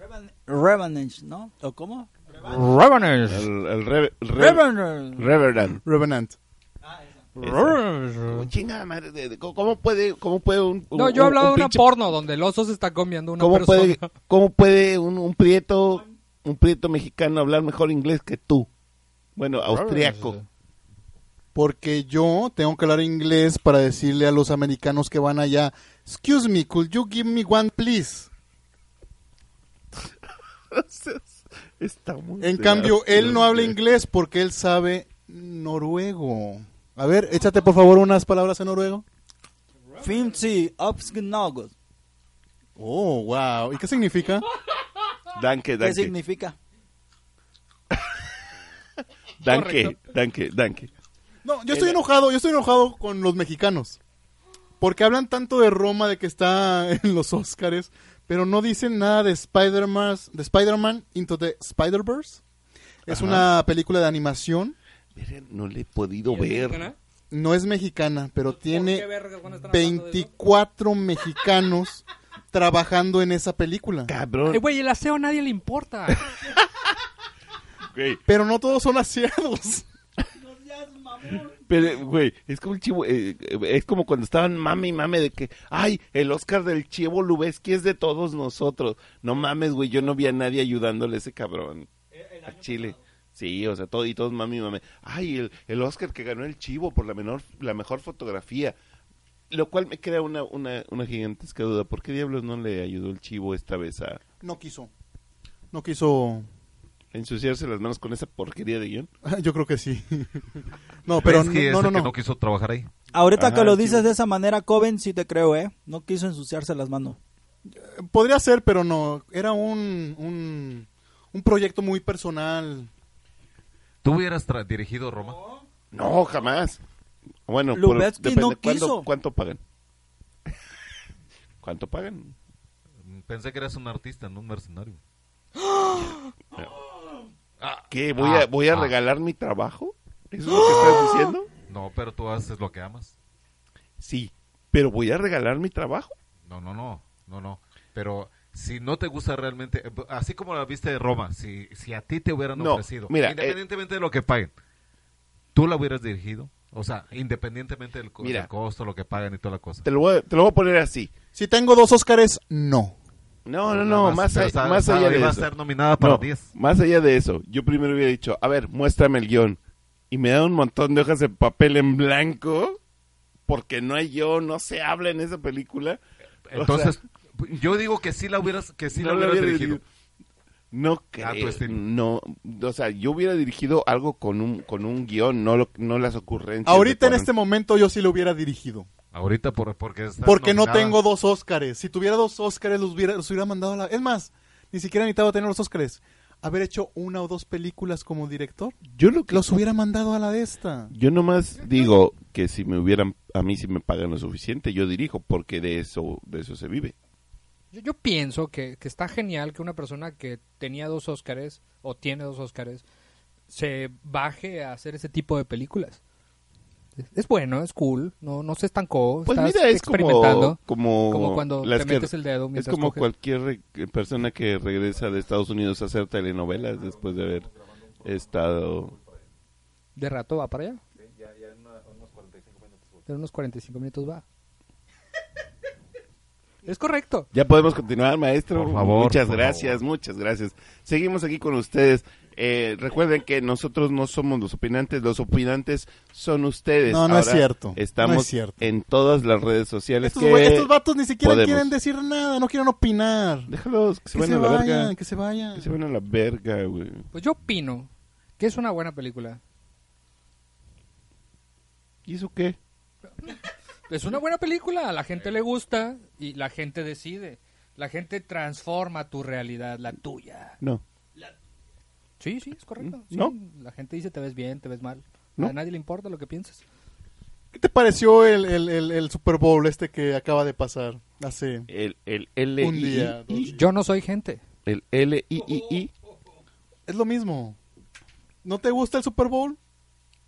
Speaker 7: Revan- Revanage, ¿no? ¿O cómo?
Speaker 2: El, el re- re-
Speaker 7: Revanage.
Speaker 2: Reverend.
Speaker 4: Revenant.
Speaker 2: Ese. Chingada madre, de- de- ¿cómo puede, cómo puede un,
Speaker 5: No,
Speaker 2: un-
Speaker 5: yo
Speaker 2: un-
Speaker 5: hablaba
Speaker 2: un
Speaker 5: de una
Speaker 2: pinche-
Speaker 5: porno donde el oso se está comiendo a una
Speaker 2: ¿Cómo
Speaker 5: persona.
Speaker 2: puede, cómo puede un, un prieto un prieto mexicano hablar mejor inglés que tú? Bueno, austriaco.
Speaker 4: Porque yo tengo que hablar inglés para decirle a los americanos que van allá, excuse me, could you give me one please?
Speaker 2: Está muy
Speaker 4: En cambio, él no habla inglés porque él sabe noruego. A ver, échate por favor unas palabras en noruego.
Speaker 7: Fimsi Opsknogot.
Speaker 4: Oh, wow. ¿Y qué significa?
Speaker 2: Danke,
Speaker 7: ¿Qué
Speaker 2: danke.
Speaker 7: significa?
Speaker 2: Danke, danke, danke.
Speaker 4: No, yo estoy enojado, yo estoy enojado con los mexicanos. Porque hablan tanto de Roma, de que está en los Óscares, pero no dicen nada de Spider-Man, de Spider-Man Into the Spider-Verse. Es una película de animación,
Speaker 2: Verga, No le he podido
Speaker 5: ¿Eh?
Speaker 2: ver.
Speaker 4: no es mexicana, pero tiene
Speaker 5: qué vergas van a estar hablando de eso?
Speaker 4: 24 mexicanos trabajando en esa película.
Speaker 2: Cabrón.
Speaker 5: Eh, güey, el aseo a nadie le importa.
Speaker 2: güey.
Speaker 4: Pero no todos son asiados.
Speaker 2: Pero, güey, es como el chivo, eh, eh, es como cuando estaban mame y mame de que, ay, el Oscar del chivo Lubeski es de todos nosotros. No mames, güey, yo no vi a nadie ayudándole a ese cabrón. A Chile. Sí, o sea, todo y todos mami y mame. Ay, el, el Oscar que ganó el chivo por la, menor, la mejor fotografía. Lo cual me crea una, una, una gigantesca duda. ¿Por qué diablos no le ayudó el chivo esta vez a
Speaker 4: No quiso. No quiso.
Speaker 2: ensuciarse las manos con esa porquería de guión?
Speaker 4: Yo creo que sí. No, pero
Speaker 3: Es que
Speaker 4: no,
Speaker 3: ese
Speaker 4: no,
Speaker 3: que
Speaker 4: no.
Speaker 3: no quiso trabajar ahí.
Speaker 7: Ahorita
Speaker 2: Ajá,
Speaker 7: que lo
Speaker 2: sí.
Speaker 7: dices de esa manera, Coven, sí te creo, ¿eh? No quiso ensuciarse las manos.
Speaker 4: Podría ser, pero no. Era un, un, un proyecto muy personal.
Speaker 3: ¿Tú hubieras tra- dirigido Roma?
Speaker 2: No, jamás. Bueno, por-
Speaker 7: Lubetzky
Speaker 2: depende.
Speaker 7: no
Speaker 2: ¿Cuánto-
Speaker 7: quiso.
Speaker 2: ¿Cuánto pagan? ¿Cuánto pagan?
Speaker 3: Pensé que eras un artista, no un mercenario.
Speaker 2: ¿Qué? ¿Voy
Speaker 3: Ah,
Speaker 2: a, voy a regalar mi trabajo? ¿Eso es lo que estás diciendo?
Speaker 3: No, pero tú haces lo que amas.
Speaker 2: Sí, pero voy a regalar mi trabajo.
Speaker 3: No, no, no, no, no. Pero si no te gusta realmente, eh, así como la viste de Roma, si, si a ti te hubieran
Speaker 2: No,
Speaker 3: ofrecido,
Speaker 2: mira, eh,
Speaker 3: independientemente de lo que paguen, ¿tú la hubieras dirigido? O sea, independientemente del, co-
Speaker 2: Mira.
Speaker 3: del costo, lo que pagan y toda la cosa.
Speaker 2: Te lo voy a, te lo voy a poner así.
Speaker 4: Si tengo dos Óscares, no.
Speaker 2: No,
Speaker 3: Nada
Speaker 2: no, no, más,
Speaker 3: pero
Speaker 2: a-
Speaker 3: está-
Speaker 2: más
Speaker 3: está-
Speaker 2: allá de
Speaker 3: iba a
Speaker 2: eso.
Speaker 3: estar nominada para
Speaker 2: No,
Speaker 3: 10.
Speaker 2: más allá de eso, yo primero hubiera dicho, a ver, muéstrame el guión. Y me da un montón de hojas de papel en blanco, porque no hay guión, no se habla en esa película. O sea,
Speaker 3: Entonces, yo digo que sí la hubieras, que sí
Speaker 2: No
Speaker 3: la
Speaker 2: la
Speaker 3: hubieras
Speaker 2: hubiera
Speaker 3: dirigido.
Speaker 2: dirigido. No
Speaker 3: Ah, tu
Speaker 2: creo,
Speaker 3: estilo.
Speaker 2: no, o sea, yo hubiera dirigido algo con un con un guión, no lo- no las ocurrencias.
Speaker 4: Ahorita en
Speaker 2: de
Speaker 4: este
Speaker 2: Cuarón.
Speaker 4: momento yo sí lo hubiera dirigido.
Speaker 3: Ahorita por, porque está
Speaker 4: Porque no
Speaker 3: nominada.
Speaker 4: tengo dos Óscares. Si tuviera dos Óscares, los hubiera, los hubiera mandado a la... Es más, ni siquiera necesitaba tener los Óscares. Haber hecho una o dos películas como director,
Speaker 2: yo lo que
Speaker 4: los hubiera mandado a la de esta.
Speaker 2: yo nomás digo que si me hubieran a mí si me pagan lo suficiente, yo dirijo porque de eso de eso se vive.
Speaker 5: Yo, yo pienso que, que está genial que una persona que tenía dos Óscares o tiene dos Óscares se baje a hacer ese tipo de películas. Es- Es bueno, es cool, no, no se estancó,
Speaker 2: Pues
Speaker 5: estás
Speaker 2: mira, es
Speaker 5: experimentando.
Speaker 2: como como,
Speaker 5: como cuando te
Speaker 2: las que-
Speaker 5: metes el dedo
Speaker 2: es
Speaker 5: mientras
Speaker 2: como
Speaker 5: coges.
Speaker 2: cualquier re- eh, persona que regresa de Estados Unidos a hacer telenovelas después de haber estado
Speaker 5: De rato va para allá. ya, unos 45 minutos va. Es correcto.
Speaker 2: Ya podemos continuar, maestro.
Speaker 3: Por favor,
Speaker 2: Muchas
Speaker 3: por
Speaker 2: gracias, muchas gracias. Seguimos aquí con ustedes. Eh, recuerden que nosotros no somos los opinantes, los opinantes son ustedes.
Speaker 4: No, no es
Speaker 2: Ahora
Speaker 4: cierto, no es
Speaker 2: Estamos
Speaker 4: cierto.
Speaker 2: en todas las redes sociales.
Speaker 4: Estos,
Speaker 2: que
Speaker 4: güey- estos vatos ni siquiera
Speaker 2: podemos.
Speaker 4: quieren decir nada, no quieren opinar.
Speaker 2: Déjalos, que se
Speaker 4: Que
Speaker 2: vayan a
Speaker 4: se
Speaker 2: la
Speaker 4: vayan,
Speaker 2: verga.
Speaker 4: que se vayan.
Speaker 2: Que se vayan a la verga, güey.
Speaker 5: Pues yo opino que es una buena película.
Speaker 2: ¿Y eso qué?
Speaker 5: Es una buena película, a la gente le gusta y la gente decide. La gente transforma tu realidad, la tuya.
Speaker 2: No.
Speaker 5: Sí, sí, es correcto. Sí,
Speaker 2: Mm, ¿No?
Speaker 5: La gente dice te ves bien, te ves mal.
Speaker 2: ¿No?
Speaker 5: A nadie le importa lo que pienses.
Speaker 4: ¿Qué te pareció el, el, el, el Super Bowl este que acaba de pasar hace
Speaker 2: El, el L
Speaker 4: un día? dos días?
Speaker 5: Yo no soy gente.
Speaker 2: El L I I I.
Speaker 4: Es lo mismo. ¿No te gusta el Super Bowl?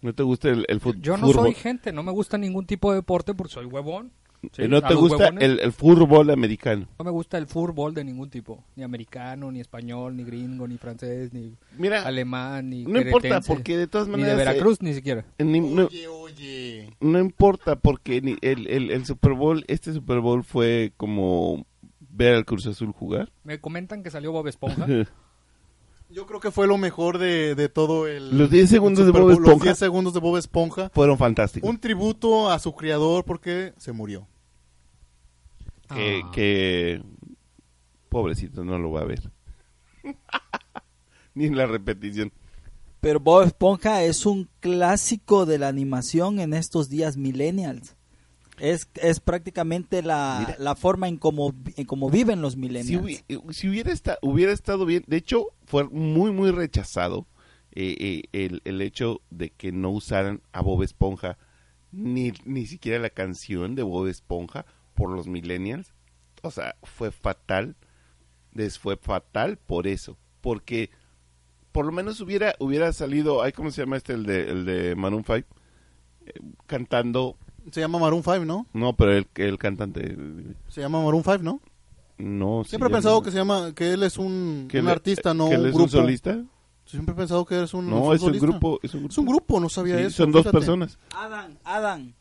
Speaker 2: ¿No te gusta el, el fut-
Speaker 5: Yo no
Speaker 2: furbo-
Speaker 5: soy gente, no me gusta ningún tipo de deporte porque soy huevón. Sí,
Speaker 2: Eh, ¿No
Speaker 5: a
Speaker 2: te
Speaker 5: los
Speaker 2: gusta
Speaker 5: huevones
Speaker 2: el, el fútbol americano?
Speaker 5: No me gusta el fútbol de ningún tipo, ni americano, ni español, ni gringo, ni francés, ni
Speaker 2: Mira,
Speaker 5: alemán, ni
Speaker 2: no importa,
Speaker 5: queretense,
Speaker 2: porque de todas
Speaker 5: ni
Speaker 2: maneras, eh,
Speaker 5: de Veracruz ni siquiera.
Speaker 2: ni- no-
Speaker 4: oye.
Speaker 2: no importa porque ni- el, el, el Super Bowl, este Super Bowl fue como ver al Cruz Azul jugar.
Speaker 5: Me comentan que salió Bob Esponja.
Speaker 4: Yo creo que fue lo mejor de, de todo el...
Speaker 2: Los 10 segundos de
Speaker 4: Super
Speaker 2: Bob
Speaker 4: Bowl, Los
Speaker 2: Esponja.
Speaker 4: 10 segundos de Bob Esponja.
Speaker 2: Fueron fantásticos.
Speaker 4: Un tributo a su creador porque se murió.
Speaker 2: Que, que- pobrecito no lo va a ver. ni en la repetición.
Speaker 7: Pero Bob Esponja es un clásico de la animación en estos días millennials. Es, es prácticamente la,
Speaker 2: Mira.
Speaker 7: la forma en cómo en cómo viven los
Speaker 2: Si,
Speaker 7: millennials.
Speaker 2: hubi- eh, si hubiera, esta- hubiera estado bien, de hecho fue muy muy rechazado eh, eh, el, el hecho de que no usaran a Bob Esponja ni, ni siquiera la canción de Bob Esponja por los millennials. O sea, fue fatal. Les fue fatal por eso. Porque por lo menos hubiera, hubiera salido, ay, ¿cómo se llama este? El de, el de Maroon 5. eh, cantando.
Speaker 4: Se llama Maroon 5, ¿no?
Speaker 2: No, pero el, el cantante. eh,
Speaker 4: Se llama Maroon 5, ¿no?
Speaker 2: No.
Speaker 4: Siempre he pensado que se llama... Que él es un, un artista, no
Speaker 2: que él
Speaker 4: un
Speaker 2: es
Speaker 4: grupo.
Speaker 2: solista.
Speaker 4: Siempre he pensado que eres un
Speaker 2: No, es un
Speaker 4: futbolista.
Speaker 2: grupo. Es un grupo.
Speaker 4: Es un grupo, no sabía
Speaker 2: Sí,
Speaker 4: eso.
Speaker 2: son dos
Speaker 4: fíjate.
Speaker 2: personas.
Speaker 7: Adam, Adam.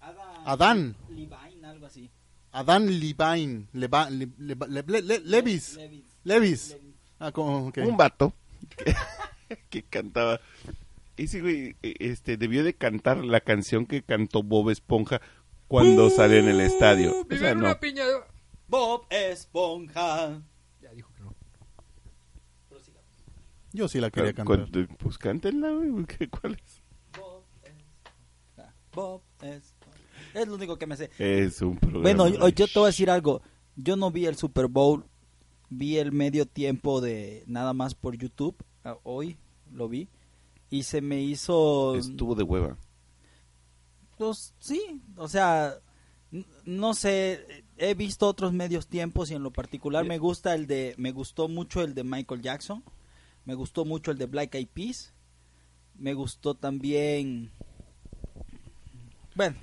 Speaker 7: Adam.
Speaker 2: Ah.
Speaker 4: Adán.
Speaker 7: Levine, algo así.
Speaker 4: Adán Levine. Leva- Le- Leva- Le- Le- Le- Levis.
Speaker 7: Levis.
Speaker 4: Levis. Ah, como- ok.
Speaker 2: Un vato que, que cantaba. Ese güey eh, este, debió de cantar la canción que cantó Bob Esponja cuando sale en el
Speaker 4: Uh,
Speaker 2: estadio. O sea,
Speaker 5: Vivir
Speaker 2: no.
Speaker 5: una piña de-
Speaker 7: Bob Esponja.
Speaker 5: Ya dijo que no.
Speaker 4: Yo sí la quería cantar.
Speaker 2: Cuando- Pues cántenla, güey. ¿qué- ¿Cuál es?
Speaker 7: Bob Esponja. Es lo único que me sé.
Speaker 2: Es un programa.
Speaker 7: Bueno, yo,
Speaker 2: de-
Speaker 7: yo te voy a decir algo. Yo no vi el Super Bowl, vi el medio tiempo de nada más por YouTube. ah, Hoy lo vi. Y se me hizo...
Speaker 2: Estuvo de hueva.
Speaker 7: Pues, sí, o sea, n- no sé, he visto otros medios tiempos y en lo particular me gusta el de, me gustó mucho el de Michael Jackson, me gustó mucho el de Black Eyed Peas, me gustó también, bueno,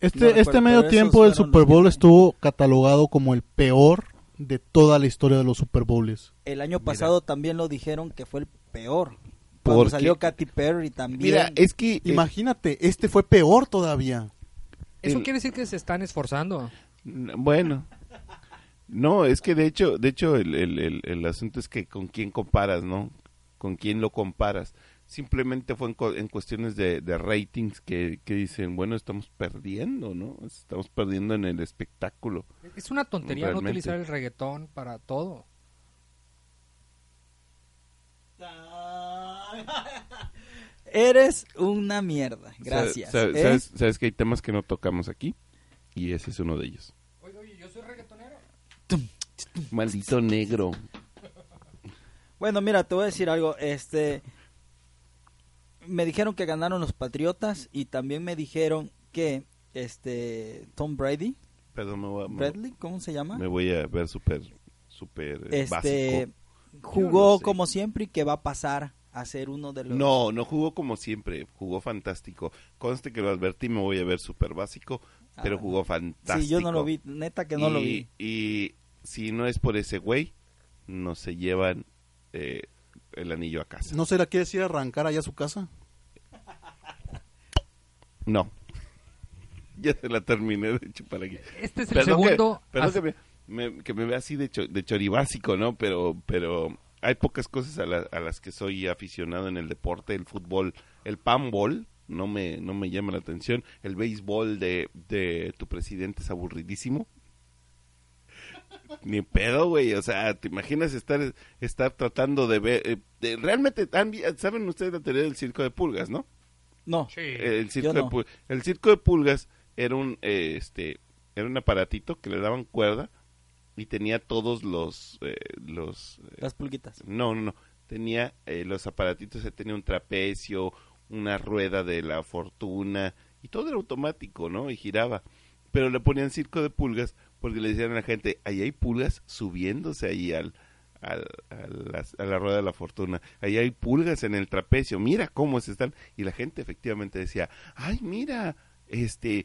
Speaker 4: Este,
Speaker 7: No recuerdo,
Speaker 4: este medio
Speaker 7: pero esos
Speaker 4: tiempo del
Speaker 7: fueron los
Speaker 4: Super Bowl
Speaker 7: que-
Speaker 4: estuvo catalogado como el peor de toda la historia de los Super Bowls.
Speaker 7: el año pasado también lo dijeron que fue el peor, cuando
Speaker 2: Porque-
Speaker 7: salió Katy Perry también.
Speaker 2: Mira, es que. eh,
Speaker 4: Imagínate, este fue peor todavía.
Speaker 5: Eso
Speaker 2: El-
Speaker 5: quiere decir que se están esforzando.
Speaker 2: N- Bueno. No, es que de hecho, de hecho el, el- el- el asunto es que con quién comparas, ¿no? Con quién lo comparas. Simplemente fue en, co- en cuestiones de, de ratings que, que dicen, bueno, estamos perdiendo, ¿no? Estamos perdiendo en el espectáculo.
Speaker 5: Es una tontería no
Speaker 2: Realmente.
Speaker 5: utilizar el reggaetón para todo.
Speaker 7: Eres una mierda,
Speaker 2: O sea,
Speaker 7: gracias.
Speaker 2: sa-
Speaker 7: ¿eh?
Speaker 2: ¿sabes, sabes que hay temas que no tocamos aquí? Y ese es uno de ellos.
Speaker 5: Oye, oye, yo soy reggaetonero.
Speaker 2: Maldito negro.
Speaker 7: Bueno, mira, te voy a decir algo. Este, me dijeron que ganaron los Patriotas y también me dijeron que este Tom Brady,
Speaker 2: Perdón, me voy a, me,
Speaker 7: Bradley, ¿cómo se llama?
Speaker 2: me voy a ver súper, súper eh,
Speaker 7: Este
Speaker 2: básico.
Speaker 7: jugó
Speaker 2: Yo no sé.
Speaker 7: como siempre y que va a pasar a ser uno de los.
Speaker 2: No, no jugó como siempre, jugó fantástico. Conste que lo advertí, me voy a ver súper básico,
Speaker 7: Ah,
Speaker 2: pero
Speaker 7: bueno.
Speaker 2: jugó fantástico.
Speaker 7: Sí, yo no lo vi, neta que no
Speaker 2: y,
Speaker 7: lo vi.
Speaker 2: Y si no es por ese güey, no se llevan eh, el anillo a casa. No.
Speaker 4: ¿No se la quieres ir a arrancar allá a su casa?
Speaker 2: ya se la terminé de chupar aquí.
Speaker 5: Este es el
Speaker 2: Perdón
Speaker 5: segundo.
Speaker 2: Que, perdón
Speaker 5: as-
Speaker 2: que me, me- que me vea así de, cho- de choribásico, ¿no? Pero, pero hay pocas cosas a, la- a las que soy aficionado en el deporte, el fútbol, el panball, no me, no me llama la atención. El béisbol de, de tu presidente es aburridísimo. Ni pedo, güey. O sea, ¿te imaginas estar, estar tratando de ver? eh, de- realmente, han vi- ¿saben ustedes la teoría del circo de pulgas, no?
Speaker 7: No.
Speaker 2: Eh, el circo
Speaker 7: yo
Speaker 2: de
Speaker 7: no.
Speaker 2: pul- el circo de pulgas era un eh, este era un aparatito que le daban cuerda y tenía todos los eh, los eh,
Speaker 7: Las pulguitas.
Speaker 2: no no no tenía eh, los aparatitos eh, tenía un trapecio una rueda de la fortuna y todo era automático no y giraba pero le ponían circo de pulgas porque le decían a la gente ahí hay pulgas subiéndose ahí al al- a, las- a la rueda de la fortuna. Ahí hay pulgas en el trapecio. Mira cómo se están. Y la gente efectivamente decía, ay, mira, este,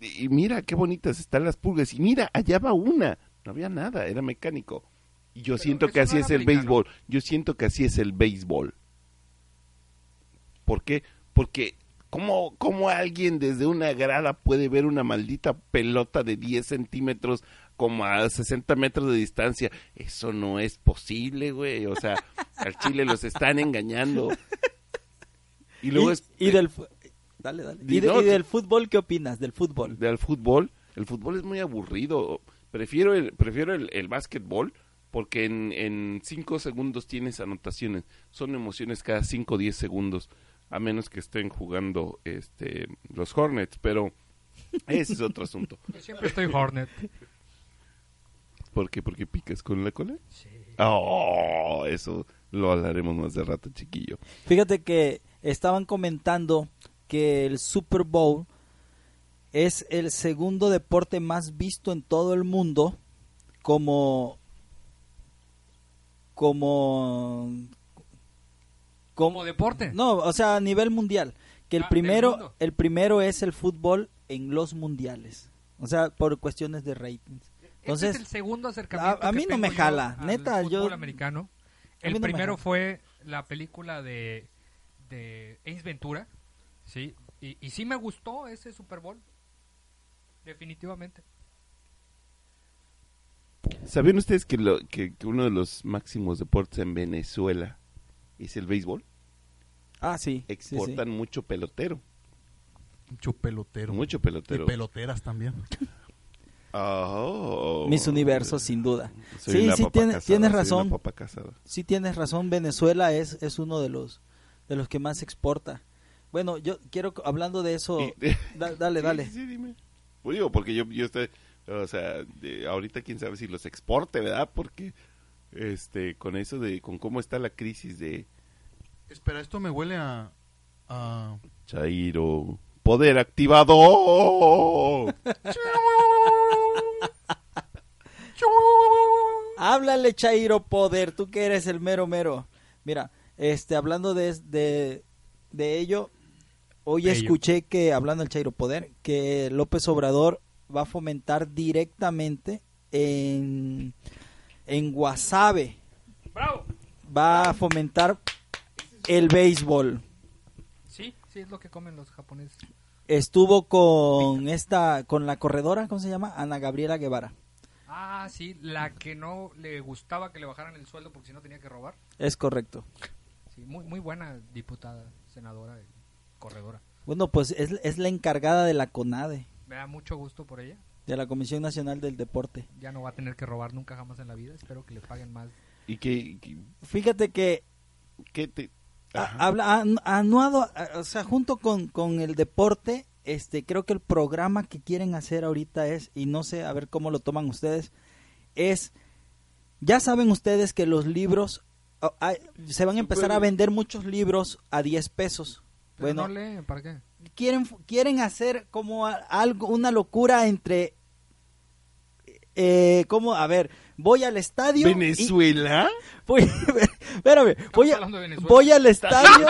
Speaker 2: y y mira qué bonitas están las pulgas. Y mira, allá va una. No había nada, era mecánico. Y yo siento que
Speaker 5: eso
Speaker 2: así
Speaker 5: no
Speaker 2: es
Speaker 5: era
Speaker 2: el
Speaker 5: americano.
Speaker 2: béisbol. Yo siento que así es el béisbol. ¿Por qué? Porque ¿cómo, cómo alguien desde una grada puede ver una maldita pelota de 10 centímetros como a 60 metros de distancia? Eso no es posible, güey. O sea, al Chile los están engañando. Y luego es
Speaker 7: y del fu- dale, dale.
Speaker 2: Di-
Speaker 7: Y, de-
Speaker 2: no,
Speaker 7: y del fútbol, ¿qué opinas del fútbol?
Speaker 2: del fútbol. El fútbol es muy aburrido. Prefiero el, prefiero el, el básquetbol porque en, en cinco segundos tienes anotaciones. Son emociones cada cinco o 10 segundos. A menos que estén jugando este, los Hornets. Pero ese es otro asunto.
Speaker 5: Yo siempre estoy Hornet.
Speaker 2: ¿Por qué? ¿Porque picas con la cola? Oh, eso lo hablaremos más de rato, chiquillo.
Speaker 7: Fíjate que estaban comentando que el Super Bowl es el segundo deporte más visto en todo el mundo como como
Speaker 5: Como deporte.
Speaker 7: no, o sea, a nivel mundial, que el
Speaker 5: Ah, del
Speaker 7: primero
Speaker 5: mundo.
Speaker 7: el primero es el fútbol en los mundiales. O sea, por cuestiones de ratings.
Speaker 5: Entonces,
Speaker 7: Entonces,
Speaker 5: Este es el segundo acercamiento.
Speaker 7: a- a
Speaker 5: que
Speaker 7: mí no
Speaker 5: tengo
Speaker 7: me
Speaker 5: yo
Speaker 7: jala,
Speaker 5: al
Speaker 7: neta, yo-
Speaker 5: fútbol americano.
Speaker 7: A mí
Speaker 5: El
Speaker 7: no me
Speaker 5: primero
Speaker 7: jala.
Speaker 5: fue la película de, de Ace Ventura. Sí. Y, y sí me gustó ese Super Bowl. Definitivamente.
Speaker 2: ¿Sabían ustedes que, lo, que, que uno de los máximos deportes en Venezuela es el béisbol?
Speaker 7: ah, sí, sí, sí.
Speaker 2: Exportan mucho pelotero.
Speaker 3: Mucho pelotero.
Speaker 2: Mucho pelotero.
Speaker 3: Y peloteras también.
Speaker 2: Oh.
Speaker 7: Mis universos sin duda.
Speaker 2: Soy
Speaker 7: sí,
Speaker 2: una
Speaker 7: sí
Speaker 2: papa
Speaker 7: tiene-
Speaker 2: casada,
Speaker 7: tienes
Speaker 2: soy una
Speaker 7: razón.
Speaker 2: papa casada.
Speaker 7: sí tienes razón, Venezuela es, es uno de los de los que más exporta. Bueno, yo quiero co- hablando de eso,
Speaker 2: Y-
Speaker 7: da- dale,
Speaker 2: Sí,
Speaker 7: dale.
Speaker 2: Sí, sí, dime. Pues digo, porque yo, yo estoy, o sea, de- ahorita quién sabe si los exporte, ¿verdad? Porque este con eso de con cómo está la crisis de
Speaker 3: Espera, esto me huele a... a-
Speaker 2: Chairo, poder activado.
Speaker 7: Háblale Chairo Poder, tú que eres el mero mero. Mira, este hablando de es- de, de ello, hoy
Speaker 5: Bello.
Speaker 7: escuché que hablando del Chairo Poder que López Obrador va a fomentar directamente en en Guasave
Speaker 5: ¡Bravo!
Speaker 7: va a fomentar el béisbol.
Speaker 5: Sí, sí, es lo que comen los japoneses.
Speaker 7: Estuvo con esta, con la corredora, ¿cómo se llama? Ana Gabriela Guevara.
Speaker 5: Ah, sí, la que no le gustaba que le bajaran el sueldo porque si no tenía que robar.
Speaker 7: Es correcto.
Speaker 5: Sí, muy, muy buena diputada, senadora, eh, corredora.
Speaker 7: Bueno, pues es, es la encargada de la CONADE,
Speaker 5: Me da mucho gusto por ella.
Speaker 7: de la Comisión Nacional del Deporte.
Speaker 5: Ya no va a tener que robar nunca jamás en la vida. Espero que le paguen más.
Speaker 2: y que, que-
Speaker 7: Fíjate que
Speaker 2: que te
Speaker 7: a- habla, an- anuado, a- o sea, junto con, con el deporte, este, creo que el programa que quieren hacer ahorita es, y no sé, a ver cómo lo toman ustedes, es, ya saben ustedes que los libros, oh, hay- se van a empezar a vender muchos libros a 10 pesos.
Speaker 5: Pero no leen, ¿para qué?
Speaker 7: quieren, quieren hacer como a- algo, una locura entre... Eh, ¿Cómo? A ver, voy al estadio... y-
Speaker 2: Venezuela
Speaker 7: voy, espérame, voy, a-
Speaker 5: hablando de Venezuela.
Speaker 7: voy al estadio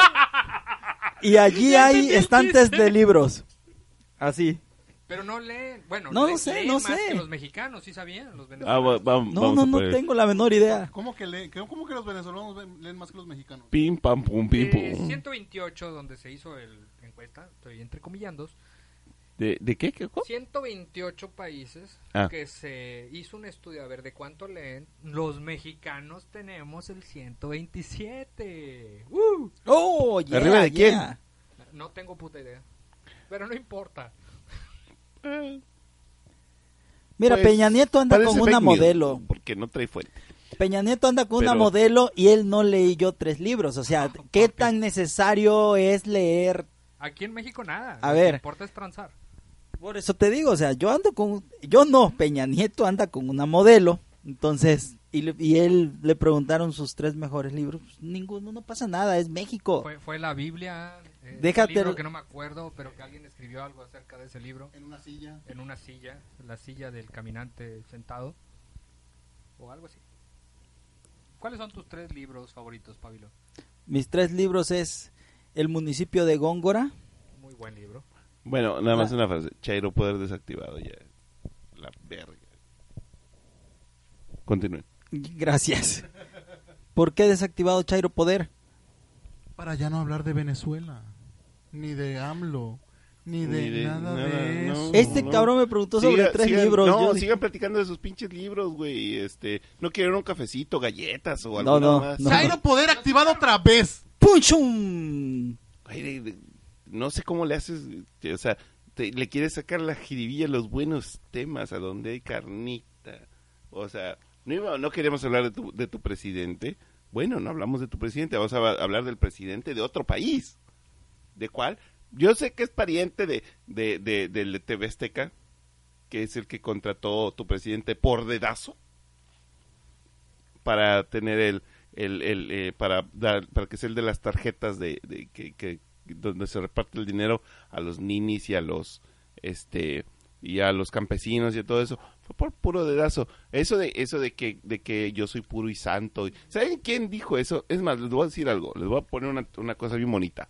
Speaker 7: y allí hay estantes de libros.
Speaker 4: Ah,
Speaker 7: Así.
Speaker 5: Pero no leen. Bueno,
Speaker 7: No,
Speaker 5: le-
Speaker 7: no sé,
Speaker 5: leen
Speaker 7: no
Speaker 5: más
Speaker 7: sé.
Speaker 5: que los mexicanos, sí sabían, los
Speaker 2: Ah, va-
Speaker 5: venezolanos.
Speaker 2: va- vamos
Speaker 7: No, no,
Speaker 2: a
Speaker 7: no
Speaker 2: poner
Speaker 7: tengo la menor idea.
Speaker 3: ¿Cómo que, le- que- cómo que los venezolanos ven- leen más que los mexicanos?
Speaker 2: pim pam pum pim
Speaker 5: Eh,
Speaker 2: pum.
Speaker 5: 128, donde se hizo el encuesta, estoy entrecomillando,
Speaker 2: ¿De, de qué? ¿Qué?
Speaker 5: 128 países
Speaker 2: Ah.
Speaker 5: que se hizo un estudio a ver de cuánto leen. Los mexicanos tenemos el 127. ¡Uh!
Speaker 7: ¡Oh, yeah,
Speaker 2: ¿Arriba de quién?
Speaker 7: yeah.
Speaker 5: No tengo puta idea. Pero no importa.
Speaker 7: Mira,
Speaker 2: Pues,
Speaker 7: Peña Nieto anda
Speaker 2: parece
Speaker 7: con una
Speaker 2: fake news,
Speaker 7: modelo.
Speaker 2: Porque no trae fuente.
Speaker 7: Peña Nieto anda con una
Speaker 2: Pero-
Speaker 7: modelo y él no leyó tres libros. O
Speaker 5: Ah,
Speaker 7: sea, ¿qué tan necesario es leer?
Speaker 5: Aquí en México nada.
Speaker 7: A
Speaker 5: Lo
Speaker 7: ver.
Speaker 5: que importa es transar.
Speaker 7: Por eso te digo, o sea, yo ando con... Yo no, Peña Nieto anda con una modelo. Entonces, y, le- y él le preguntaron sus tres mejores libros. Pues, ninguno, no pasa nada, es México.
Speaker 5: Fue, fue la Biblia. eh,
Speaker 7: Déjate
Speaker 5: un libro
Speaker 7: el-
Speaker 5: que no me acuerdo, pero que alguien escribió algo acerca de ese libro
Speaker 4: En una silla.
Speaker 5: en una silla, la silla del caminante sentado o algo así. ¿Cuáles son tus tres libros favoritos, Pablo?
Speaker 7: Mis tres libros es El municipio de Góngora.
Speaker 5: Muy buen libro.
Speaker 2: Bueno, nada
Speaker 7: Ah.
Speaker 2: más una frase. Chairo poder desactivado ya. La verga. Continúen.
Speaker 7: Gracias. ¿Por qué desactivado Chairo Poder?
Speaker 4: Para ya no hablar de Venezuela, ni de AMLO, ni de,
Speaker 2: Ni de
Speaker 4: nada,
Speaker 2: nada,
Speaker 4: de
Speaker 2: no.
Speaker 4: eso.
Speaker 7: Este
Speaker 2: no.
Speaker 7: cabrón me preguntó sobre
Speaker 2: Siga-
Speaker 7: tres
Speaker 2: sigan-
Speaker 7: libros.
Speaker 2: No,
Speaker 7: Yo dije-
Speaker 2: sigan platicando de sus pinches libros, güey. Este, no quieren un cafecito, galletas o
Speaker 7: No,
Speaker 2: algo
Speaker 7: no,
Speaker 2: más.
Speaker 7: no.
Speaker 4: Chairo Poder activado otra vez.
Speaker 7: ¡Pum, chum!
Speaker 2: Güey, de- de- no sé cómo le haces, te- o sea, te- le quieres sacar la jiribilla, los buenos temas, a donde hay carnita. O sea, no, iba- no queremos hablar de tu, de tu presidente. Bueno, no hablamos de tu presidente, vamos a va- hablar del presidente de otro país. ¿De cuál? Yo sé que es pariente de, de, de, del TV Azteca, que es el que contrató tu presidente por dedazo para tener el, el, el, eh, para dar, para que sea el de las tarjetas de, de- que, que- donde se reparte el dinero a los ninis y a los este y a los campesinos y a todo eso fue por puro dedazo eso de eso de que de que yo soy puro y santo y- saben quién dijo eso es más les voy a decir algo les voy a poner una, una cosa bien bonita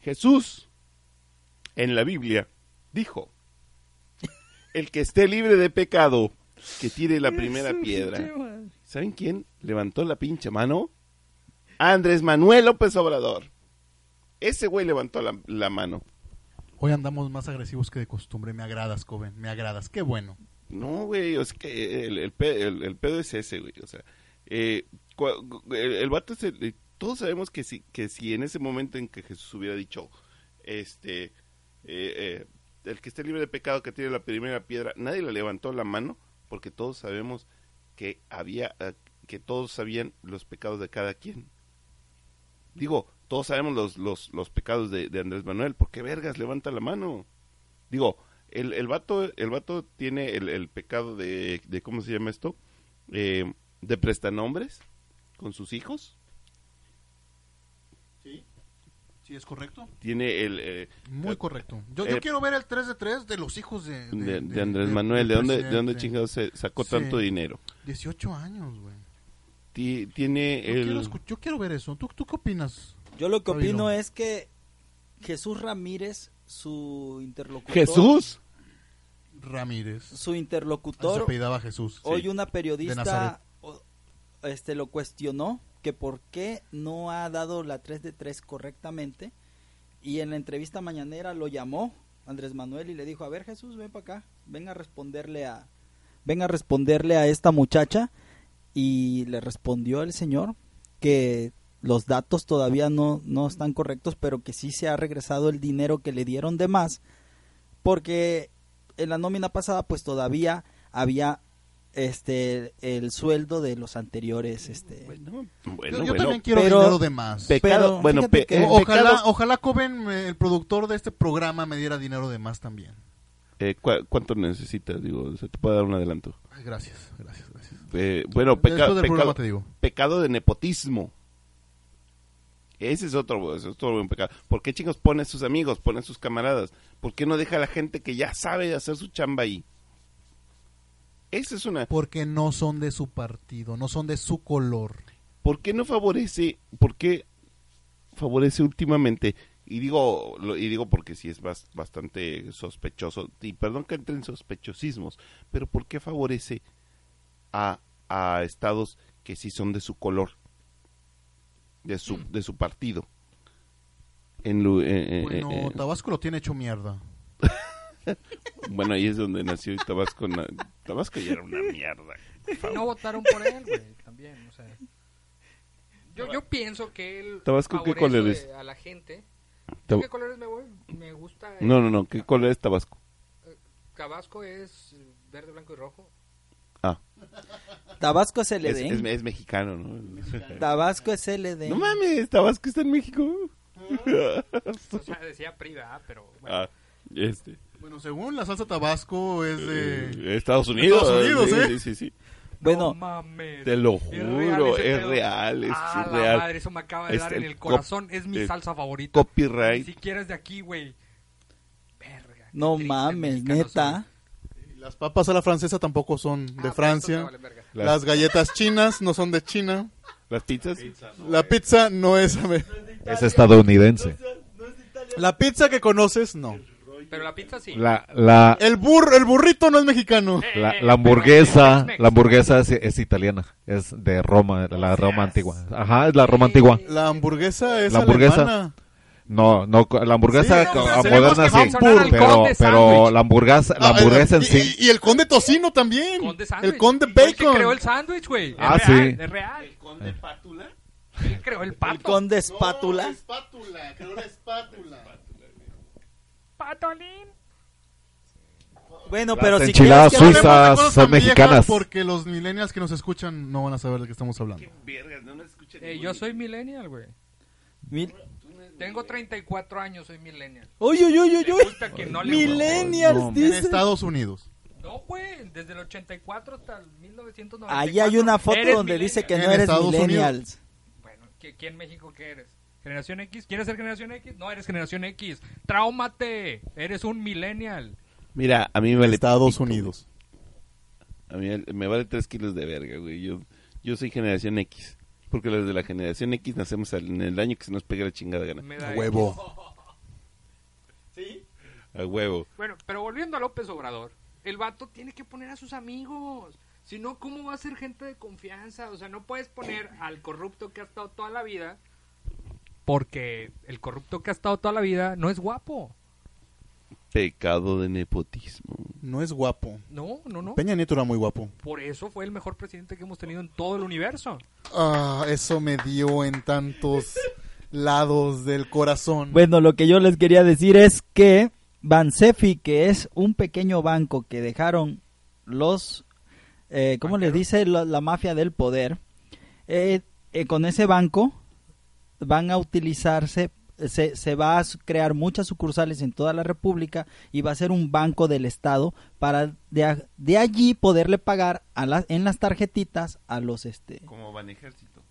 Speaker 2: Jesús en la Biblia dijo el que esté libre de pecado que tire la primera piedra ¿Saben quién levantó la pinche mano? Andrés Manuel López Obrador. Ese güey levantó la, la mano.
Speaker 4: Hoy andamos más agresivos que de costumbre. Me agradas, Coven, me agradas. Qué bueno.
Speaker 2: No, güey, o sea que el, el pe- el- el pedo es ese, güey. O sea, eh, cua- el, el vato es el- eh, Todos sabemos que si, que si en ese momento en que Jesús hubiera dicho, este, eh, eh, el que esté libre de pecado que tiene la primera piedra, nadie le levantó la mano porque todos sabemos que había, eh, que todos sabían los pecados de cada quien. Digo, todos sabemos los, los, los pecados de, de Andrés Manuel, ¿por qué vergas levanta la mano? Digo, el, el, vato, el vato tiene el, el pecado de, de, ¿cómo se llama esto? Eh, de prestanombres con sus hijos.
Speaker 4: Sí, es correcto.
Speaker 2: Tiene el... eh,
Speaker 4: Muy
Speaker 2: eh,
Speaker 4: correcto. Yo, yo
Speaker 2: eh,
Speaker 4: quiero ver el 3 de 3 de los hijos de,
Speaker 2: de, de Andrés Manuel, ¿de dónde, ¿de dónde chingados se sacó
Speaker 4: Sí.
Speaker 2: tanto dinero?
Speaker 4: 18 años, güey.
Speaker 2: Ti- Tiene
Speaker 4: Yo, quiero
Speaker 2: el...
Speaker 4: escu- yo quiero ver eso. ¿Tú, tú qué opinas?
Speaker 7: Yo lo que
Speaker 4: Oílo.
Speaker 7: opino es que Jesús Ramírez, su interlocutor.
Speaker 2: Jesús.
Speaker 4: Ramírez.
Speaker 7: Su
Speaker 4: Así Se
Speaker 7: interlocutor.
Speaker 4: apellidaba Jesús.
Speaker 7: Hoy una
Speaker 4: De Nazaret.
Speaker 7: periodista o- este, lo cuestionó que por qué no ha dado la 3 de 3 correctamente. Y en la entrevista mañanera lo llamó Andrés Manuel y le dijo, a ver Jesús, ven para acá, ven a responderle a, ven a responderle a esta muchacha. Y le respondió el señor que los datos todavía no, no están correctos, pero que sí se ha regresado el dinero que le dieron de más, porque en la nómina pasada pues todavía había este el sueldo de los anteriores este
Speaker 2: Bueno,
Speaker 4: Yo-
Speaker 2: bueno,
Speaker 4: yo
Speaker 2: bueno.
Speaker 4: también quiero
Speaker 7: pero-
Speaker 4: dinero de más.
Speaker 2: Pecado,
Speaker 7: pero
Speaker 2: bueno,
Speaker 7: fíjate
Speaker 2: pe-
Speaker 7: que-
Speaker 2: eh,
Speaker 4: O- ojalá,
Speaker 2: pecados-
Speaker 4: ojalá Coben, eh, el productor de este programa, me diera dinero de más también.
Speaker 2: eh, ¿cu- ¿Cuánto necesitas? Digo, se te puede dar un adelanto.
Speaker 4: Ay, gracias, gracias, gracias.
Speaker 2: Eh, bueno,
Speaker 4: Después
Speaker 2: peca-
Speaker 4: del
Speaker 2: pecado,
Speaker 4: programa te digo.
Speaker 2: pecado de nepotismo. Ese es otro, ese es otro buen pecado. ¿Por qué chicos pone a sus amigos, pone a sus camaradas? ¿Por qué no deja a la gente que ya sabe hacer su chamba ahí? Esa es una...
Speaker 4: Porque no son de su partido, no son de su color.
Speaker 2: ¿Por qué no favorece, por qué favorece últimamente? Y digo, lo- y digo porque sí es bas- bastante sospechoso, y perdón que entre en sospechosismos, pero ¿por qué favorece a, a estados que sí son de su color, de su, de su partido? En, lu- eh, eh, eh,
Speaker 4: Bueno,
Speaker 2: eh,
Speaker 4: Tabasco lo tiene hecho mierda.
Speaker 2: Bueno, ahí es donde nació y Tabasco. na- Tabasco ya era una mierda.
Speaker 5: No votaron por él, güey, también, o sea. Yo, yo pienso que él
Speaker 2: Tabasco, ¿qué
Speaker 5: favorece
Speaker 2: color es?
Speaker 5: a la gente.
Speaker 2: Tab-
Speaker 5: ¿Qué colores me voy? Me gusta el
Speaker 2: No, no, no. ¿Qué color es Tabasco?
Speaker 5: Tabasco es eh, verde, blanco y rojo.
Speaker 2: Ah,
Speaker 7: Tabasco es LD.
Speaker 2: es, es- es mexicano, ¿no?
Speaker 7: Tabasco es LD.
Speaker 2: No mames, Tabasco está en México.
Speaker 5: O sea, decía privada, pero bueno.
Speaker 2: Ah, este.
Speaker 4: Bueno, según la salsa Tabasco es de...
Speaker 2: Eh, Estados Unidos.
Speaker 4: Estados Unidos,
Speaker 2: sí,
Speaker 4: ¿eh?
Speaker 2: sí, sí, sí.
Speaker 7: Bueno,
Speaker 5: mames.
Speaker 2: Te lo
Speaker 5: Es
Speaker 2: juro,
Speaker 5: ese
Speaker 2: es
Speaker 5: pedo.
Speaker 2: real, es
Speaker 5: Ah, la
Speaker 2: real.
Speaker 5: madre, eso me acaba de
Speaker 2: Es
Speaker 5: dar en
Speaker 2: el
Speaker 5: el
Speaker 2: cop-
Speaker 5: corazón. es mi
Speaker 2: el
Speaker 5: salsa favorita. Ni
Speaker 2: Copyright.
Speaker 5: siquiera es de aquí, güey. Verga. qué
Speaker 7: no
Speaker 5: triste,
Speaker 7: mames,
Speaker 5: mexicanos
Speaker 7: neta.
Speaker 4: Las papas a la francesa tampoco son
Speaker 5: son.
Speaker 4: de
Speaker 5: Ah,
Speaker 4: Francia.
Speaker 5: pero esto me vale verga.
Speaker 2: Las,
Speaker 4: Las galletas chinas no son de China.
Speaker 2: las pizzas.
Speaker 4: La pizza no es...
Speaker 3: Es estadounidense.
Speaker 4: La pizza que conoces, no.
Speaker 5: Pero la pizza sí.
Speaker 3: La, la,
Speaker 4: El, burro, el burrito no es mexicano.
Speaker 5: Eh,
Speaker 3: la,
Speaker 5: eh,
Speaker 3: la hamburguesa,
Speaker 5: pero es Tex-Mex.
Speaker 3: la hamburguesa es, es italiana, es de Roma, la Roma antigua. Ajá, es la Roma antigua.
Speaker 4: La hamburguesa es
Speaker 3: La hamburguesa.
Speaker 4: alemana.
Speaker 3: No, no, la
Speaker 4: Sí,
Speaker 3: hamburguesa
Speaker 4: no,
Speaker 3: co-
Speaker 4: pero tenemos
Speaker 3: moderna
Speaker 4: que
Speaker 3: sí,
Speaker 5: mencionar al
Speaker 3: pero,
Speaker 5: Conde
Speaker 3: pero
Speaker 5: Sandwich.
Speaker 3: la hamburguesa, la
Speaker 4: Ah,
Speaker 3: hamburguesa en
Speaker 4: y-
Speaker 3: sí.
Speaker 4: Y, y el conde tocino también.
Speaker 5: Conde sándwich.
Speaker 4: el conde
Speaker 5: Y fue el que
Speaker 4: bacon.
Speaker 5: creó el sándwich, güey. Es
Speaker 3: Ah,
Speaker 5: real,
Speaker 3: sí.
Speaker 5: Es real.
Speaker 2: ¿Conde Pátula?
Speaker 5: Él creó el
Speaker 7: El
Speaker 5: pato.
Speaker 7: conde espátula.
Speaker 4: espátula, creó la espátula.
Speaker 5: Patolín.
Speaker 7: Bueno,
Speaker 3: Las
Speaker 7: pero si
Speaker 3: enchiladas
Speaker 7: quieres que
Speaker 3: suizas.
Speaker 7: hablemos-
Speaker 3: Esas son mexicanas.
Speaker 4: Porque los millennials que nos escuchan no van a saber de qué estamos hablando.
Speaker 2: Vergas, no nos escuchan.
Speaker 5: Eh, yo soy millennial, güey.
Speaker 7: Mil-
Speaker 5: Tengo 34 años, soy millennial.
Speaker 7: Uy, uy, uy, uy,
Speaker 5: Me
Speaker 7: uy.
Speaker 5: gusta que no le
Speaker 7: Millennials,
Speaker 3: No,
Speaker 4: En
Speaker 7: dice.
Speaker 4: Estados Unidos.
Speaker 5: No, güey, desde el 84 hasta el 1994.
Speaker 7: Ahí hay una foto
Speaker 5: Eres
Speaker 7: donde dice que
Speaker 5: millennial.
Speaker 7: no
Speaker 4: En
Speaker 7: eres
Speaker 4: Estados Unidos.
Speaker 7: millennials.
Speaker 5: Bueno, ¿qué- ¿quién en México qué eres? ¿Generación X? ¿Quieres ser generación X? No, eres generación X. Tráumate. Eres un millennial.
Speaker 2: Mira, a mí me vale.
Speaker 4: Estados
Speaker 2: pito,
Speaker 4: Unidos.
Speaker 2: güey. A mí me vale tres kilos de verga, güey. Yo, yo soy generación X. Porque los de la generación X nacemos al- en el año que se nos pegue la chingada gana.
Speaker 5: Me da-
Speaker 4: Huevo.
Speaker 2: A huevo.
Speaker 5: Bueno, pero volviendo a López Obrador, el vato tiene que poner a sus amigos. Si no, ¿cómo va a ser gente de confianza? O sea, no puedes poner al corrupto que ha estado toda la vida. Porque el corrupto que ha estado toda la vida no es guapo.
Speaker 2: Pecado de nepotismo.
Speaker 4: No es guapo.
Speaker 5: No, no, no.
Speaker 4: Peña Nieto era muy guapo.
Speaker 5: Por eso fue el mejor presidente que hemos tenido en todo el universo.
Speaker 4: Ah, eso me dio en tantos lados del corazón.
Speaker 7: Bueno, lo que yo les quería decir es que Bansefi, que es un pequeño banco que dejaron los, eh, ¿cómo les dice? La, la mafia del poder. eh, eh, con ese banco van a utilizarse, se, se va a su- crear muchas sucursales en toda la República y va a ser un banco del Estado para de, a- de allí poderle pagar a las en las tarjetitas a los, este,
Speaker 2: Como van ejército.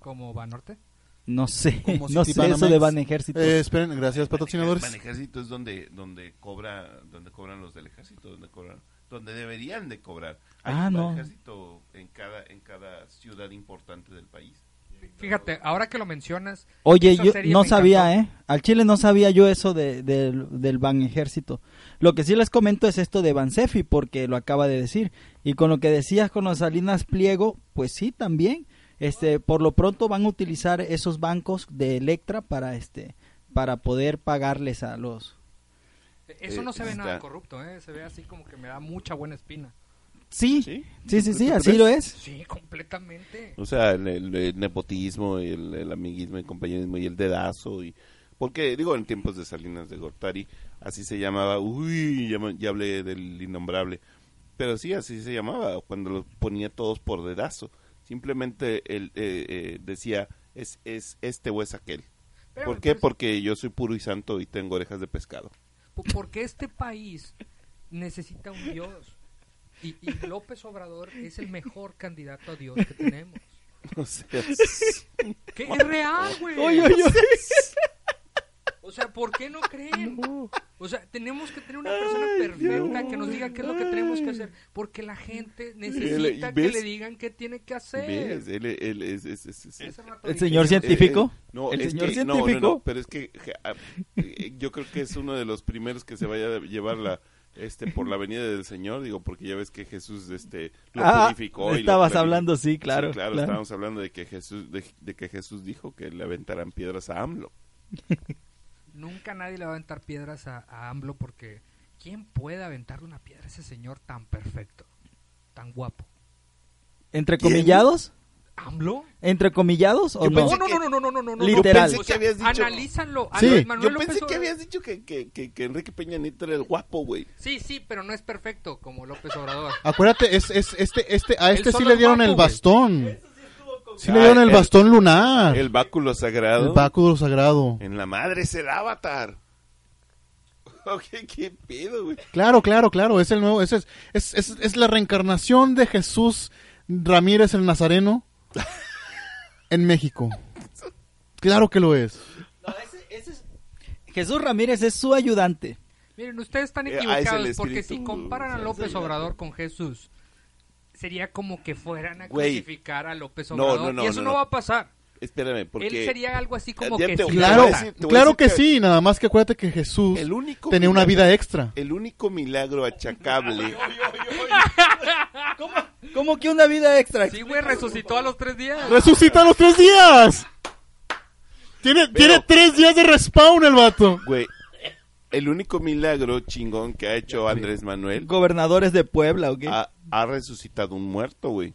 Speaker 5: Como va norte.
Speaker 7: no sé,
Speaker 4: Como
Speaker 7: no sé,
Speaker 4: Citibanamex.
Speaker 7: eso de Van Ejército.
Speaker 4: Eh, esperen, gracias patrocinadores.
Speaker 2: ejército es donde, donde, cobra, donde cobran los del ejército. Donde, cobran, donde deberían de cobrar.
Speaker 7: Hay Ah, un no.
Speaker 2: ejército en cada, en cada ciudad importante del país.
Speaker 5: Fíjate, ahora que lo mencionas.
Speaker 7: Oye,
Speaker 5: esa
Speaker 7: yo
Speaker 5: serie
Speaker 7: no
Speaker 5: me
Speaker 7: sabía,
Speaker 5: encantó.
Speaker 7: ¿eh? Al Chile no sabía yo eso de, del del Ban Ejército. Lo que sí les comento es esto de Bansefi, porque lo acaba de decir. Y con lo que decías con los Salinas Pliego, pues sí, también. Este, por lo pronto van a utilizar esos bancos de Electra para este para poder pagarles a los
Speaker 5: Eso no
Speaker 2: Eh,
Speaker 5: se ve
Speaker 2: está-
Speaker 5: nada corrupto, ¿eh? Se ve así como que me da mucha buena espina.
Speaker 7: Sí.
Speaker 2: ¿Sí?
Speaker 7: Sí, sí, sí,
Speaker 2: ¿Tú
Speaker 7: así
Speaker 2: crees?
Speaker 7: lo es.
Speaker 5: Sí, completamente.
Speaker 2: O sea, el, el- el nepotismo, el, el amiguismo, el compañerismo y el dedazo. y Porque, digo, en tiempos de Salinas de Gortari, así se llamaba. Uy, ya, me- ya hablé del innombrable. Pero sí, así se llamaba, cuando los ponía todos por dedazo. Simplemente él eh, eh, decía, es, es este o es aquel.
Speaker 5: Pero,
Speaker 2: ¿Por qué?
Speaker 5: pues,
Speaker 2: Porque yo soy puro y santo y tengo orejas de pescado.
Speaker 5: P- Porque este país necesita un Dios. Y, y López Obrador es el mejor candidato a Dios que tenemos.
Speaker 2: O sea,
Speaker 5: Que es real, güey. O sea, ¿por qué no creen? O sea, tenemos que tener una persona perfecta que nos diga qué es lo que tenemos que hacer. Porque la gente necesita que
Speaker 2: ¿Ves?
Speaker 5: le digan qué tiene que hacer.
Speaker 2: ¿ves? eh, Él- él es- es- es- es-
Speaker 5: Ese rato
Speaker 7: El
Speaker 5: dije,
Speaker 7: señor científico.
Speaker 2: Eh, eh, no,
Speaker 7: el
Speaker 2: es
Speaker 7: señor
Speaker 2: que- no, no, no,
Speaker 7: científico.
Speaker 2: pero es que je- ah, eh, yo creo que es uno de los primeros que se vaya a llevar la este por la venida del Señor, digo, porque ya ves que Jesús este lo
Speaker 7: Ah,
Speaker 2: purificó y lo
Speaker 7: estabas
Speaker 2: plani-
Speaker 7: hablando, sí, claro, claro.
Speaker 2: estábamos hablando de que Jesús de, de que Jesús dijo que le aventarán piedras a AMLO.
Speaker 5: Nunca nadie le va a aventar piedras a, a AMLO porque ¿Quién puede aventarle una piedra a ese señor tan perfecto? Tan guapo.
Speaker 7: ¿Entre comillados?
Speaker 5: ¿AMLO?
Speaker 7: ¿Entre comillados o
Speaker 2: Yo
Speaker 7: no?
Speaker 2: pensé
Speaker 5: no,
Speaker 2: que-
Speaker 5: no, no, no, no, no, no, no.
Speaker 7: Literal.
Speaker 5: O
Speaker 2: Pensé que
Speaker 5: sea,
Speaker 2: habías dicho-
Speaker 5: Analízalo.
Speaker 4: Sí.
Speaker 5: Ana- Manuel
Speaker 2: Yo
Speaker 5: López
Speaker 2: pensé que
Speaker 5: Obrador-
Speaker 2: habías dicho que, que, que, que Enrique Peña Nieto era el guapo, güey.
Speaker 5: Sí, sí, pero no es perfecto como López Obrador.
Speaker 4: Acuérdate, es, es- este, este, a
Speaker 5: Él
Speaker 4: este sí
Speaker 5: solo
Speaker 4: le
Speaker 5: es
Speaker 4: dieron
Speaker 5: guapo,
Speaker 4: el
Speaker 5: güey.
Speaker 4: bastón. Sí le
Speaker 2: Ah,
Speaker 4: dieron el
Speaker 2: el-
Speaker 4: bastón
Speaker 7: Ah.
Speaker 4: lunar.
Speaker 2: El báculo sagrado.
Speaker 4: El báculo sagrado.
Speaker 2: En la madre es el avatar. Ok, qué pedo, güey.
Speaker 4: Claro, claro, claro. Es el nuevo, es, es, es, es- es la reencarnación de Jesús Ramírez el Nazareno en México. Claro que lo es.
Speaker 7: No, ese- ese es- Jesús Ramírez es su ayudante.
Speaker 5: Miren, ustedes están
Speaker 2: Eh, ah, es el
Speaker 5: equivocados porque si
Speaker 2: espíritu,
Speaker 5: comparan a
Speaker 2: es el
Speaker 5: López
Speaker 2: gato.
Speaker 5: Obrador con Jesús, sería como que fueran a
Speaker 2: Güey.
Speaker 5: clasificar a López
Speaker 2: No,
Speaker 5: Obrador.
Speaker 2: no, no,
Speaker 5: y eso
Speaker 2: no,
Speaker 5: no,
Speaker 2: no.
Speaker 5: va a pasar.
Speaker 2: Espérame, porque...
Speaker 5: Él sería algo así como
Speaker 2: Ya
Speaker 5: que...
Speaker 2: te-
Speaker 5: sí,
Speaker 2: Te
Speaker 4: Claro,
Speaker 2: voy a decir- te voy a
Speaker 4: claro
Speaker 2: decir
Speaker 4: que
Speaker 2: que-
Speaker 4: sí. Nada más que acuérdate que Jesús
Speaker 2: El único
Speaker 4: tenía una
Speaker 2: milagro-
Speaker 4: vida extra.
Speaker 2: El único milagro achacable.
Speaker 7: ¿Cómo que una vida extra?
Speaker 5: Sí, güey, resucitó a los tres días.
Speaker 4: Resucita a los tres días. Tiene, tiene tres días de respawn el vato.
Speaker 2: Güey, el único milagro chingón que ha hecho Andrés Manuel
Speaker 7: Gobernadores de Puebla, ¿ok?
Speaker 2: ha, ha resucitado un muerto, güey.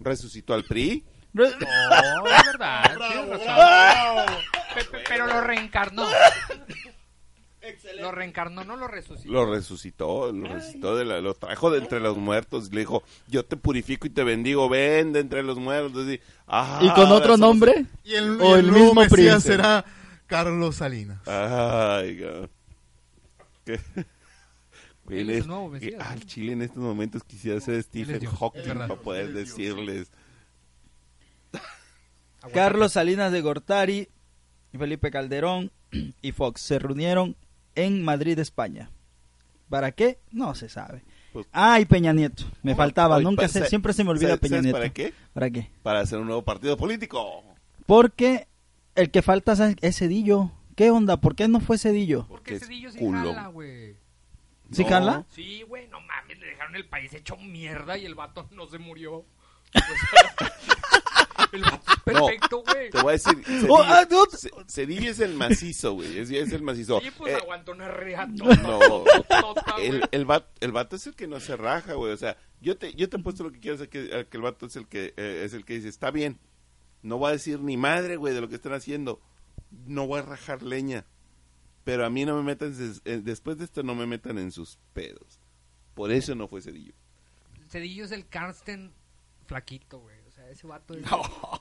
Speaker 2: Resucitó al PRI.
Speaker 7: Re-
Speaker 5: No, es verdad, tienes razón. Pe- pe- Pero lo reencarnó. Lo reencarnó, no lo resucitó.
Speaker 2: Lo resucitó, lo resucitó, de la- lo trajo de entre los muertos. Le dijo, yo te purifico y te bendigo, ven de entre los muertos. Y, ah,
Speaker 7: ¿Y con
Speaker 2: ahora
Speaker 7: otro
Speaker 2: somos-
Speaker 7: nombre?
Speaker 8: Y el,
Speaker 7: O
Speaker 8: y el
Speaker 7: el
Speaker 8: nuevo
Speaker 7: mismo
Speaker 8: Mesías
Speaker 7: PRI.
Speaker 8: será Carlos Salinas.
Speaker 2: Ay, God. ¿Qué? Güey,
Speaker 5: Él es el
Speaker 2: es-
Speaker 5: nuevo
Speaker 2: que-
Speaker 5: Mesías,
Speaker 2: ah,
Speaker 5: ¿no?
Speaker 2: al Chile en estos momentos quisiera ser Stephen
Speaker 5: Dios,
Speaker 2: Hawking
Speaker 5: es verdad.
Speaker 2: para poder decirles.
Speaker 5: Aguanta.
Speaker 7: Carlos Salinas de Gortari, Felipe Calderón y Fox se reunieron en Madrid, España. ¿Para qué? No se sabe.
Speaker 2: Pues-
Speaker 7: Ah, y Peña Nieto. Me faltaba.
Speaker 2: Ay,
Speaker 7: Nunca
Speaker 2: pa-
Speaker 7: se,
Speaker 2: sa-
Speaker 7: siempre se me olvida
Speaker 2: ¿sabes-
Speaker 7: Peña
Speaker 2: sabes
Speaker 7: Nieto.
Speaker 2: ¿Para qué?
Speaker 7: ¿Para qué?
Speaker 2: Para hacer un nuevo partido político.
Speaker 7: Porque el que falta ¿sabes? es Cedillo. ¿Qué onda? ¿Por qué no fue Cedillo?
Speaker 5: Porque
Speaker 2: es
Speaker 5: Cedillo sí
Speaker 2: culo.
Speaker 5: jala, güey.
Speaker 7: ¿Sí,
Speaker 2: No.
Speaker 7: Carla?
Speaker 5: Sí, güey, no mames, le dejaron el país hecho mierda y el vato no se murió. O sea, el vato es perfecto, güey.
Speaker 2: Te voy a decir. Cedillo,
Speaker 7: Oh, ah, no.
Speaker 2: Ce- Cedillo es el macizo, güey. Es, es el macizo.
Speaker 5: Sí, pues
Speaker 2: Eh,
Speaker 5: aguantó una reja
Speaker 2: no,
Speaker 5: totototota, güey.
Speaker 2: el, el, vato, el vato es el que no se raja, güey. O sea, yo te, yo te puesto lo que quieras a que, a que el vato es el que, eh, es el que dice, está bien. No voy a decir ni madre, güey, de lo que están haciendo. No voy a rajar leña. Pero a mí no me metan, ses- eh, después de esto no me metan en sus pedos. Por eso no fue Cedillo.
Speaker 5: Cedillo es el Karsten flaquito, güey. O sea, ese vato es,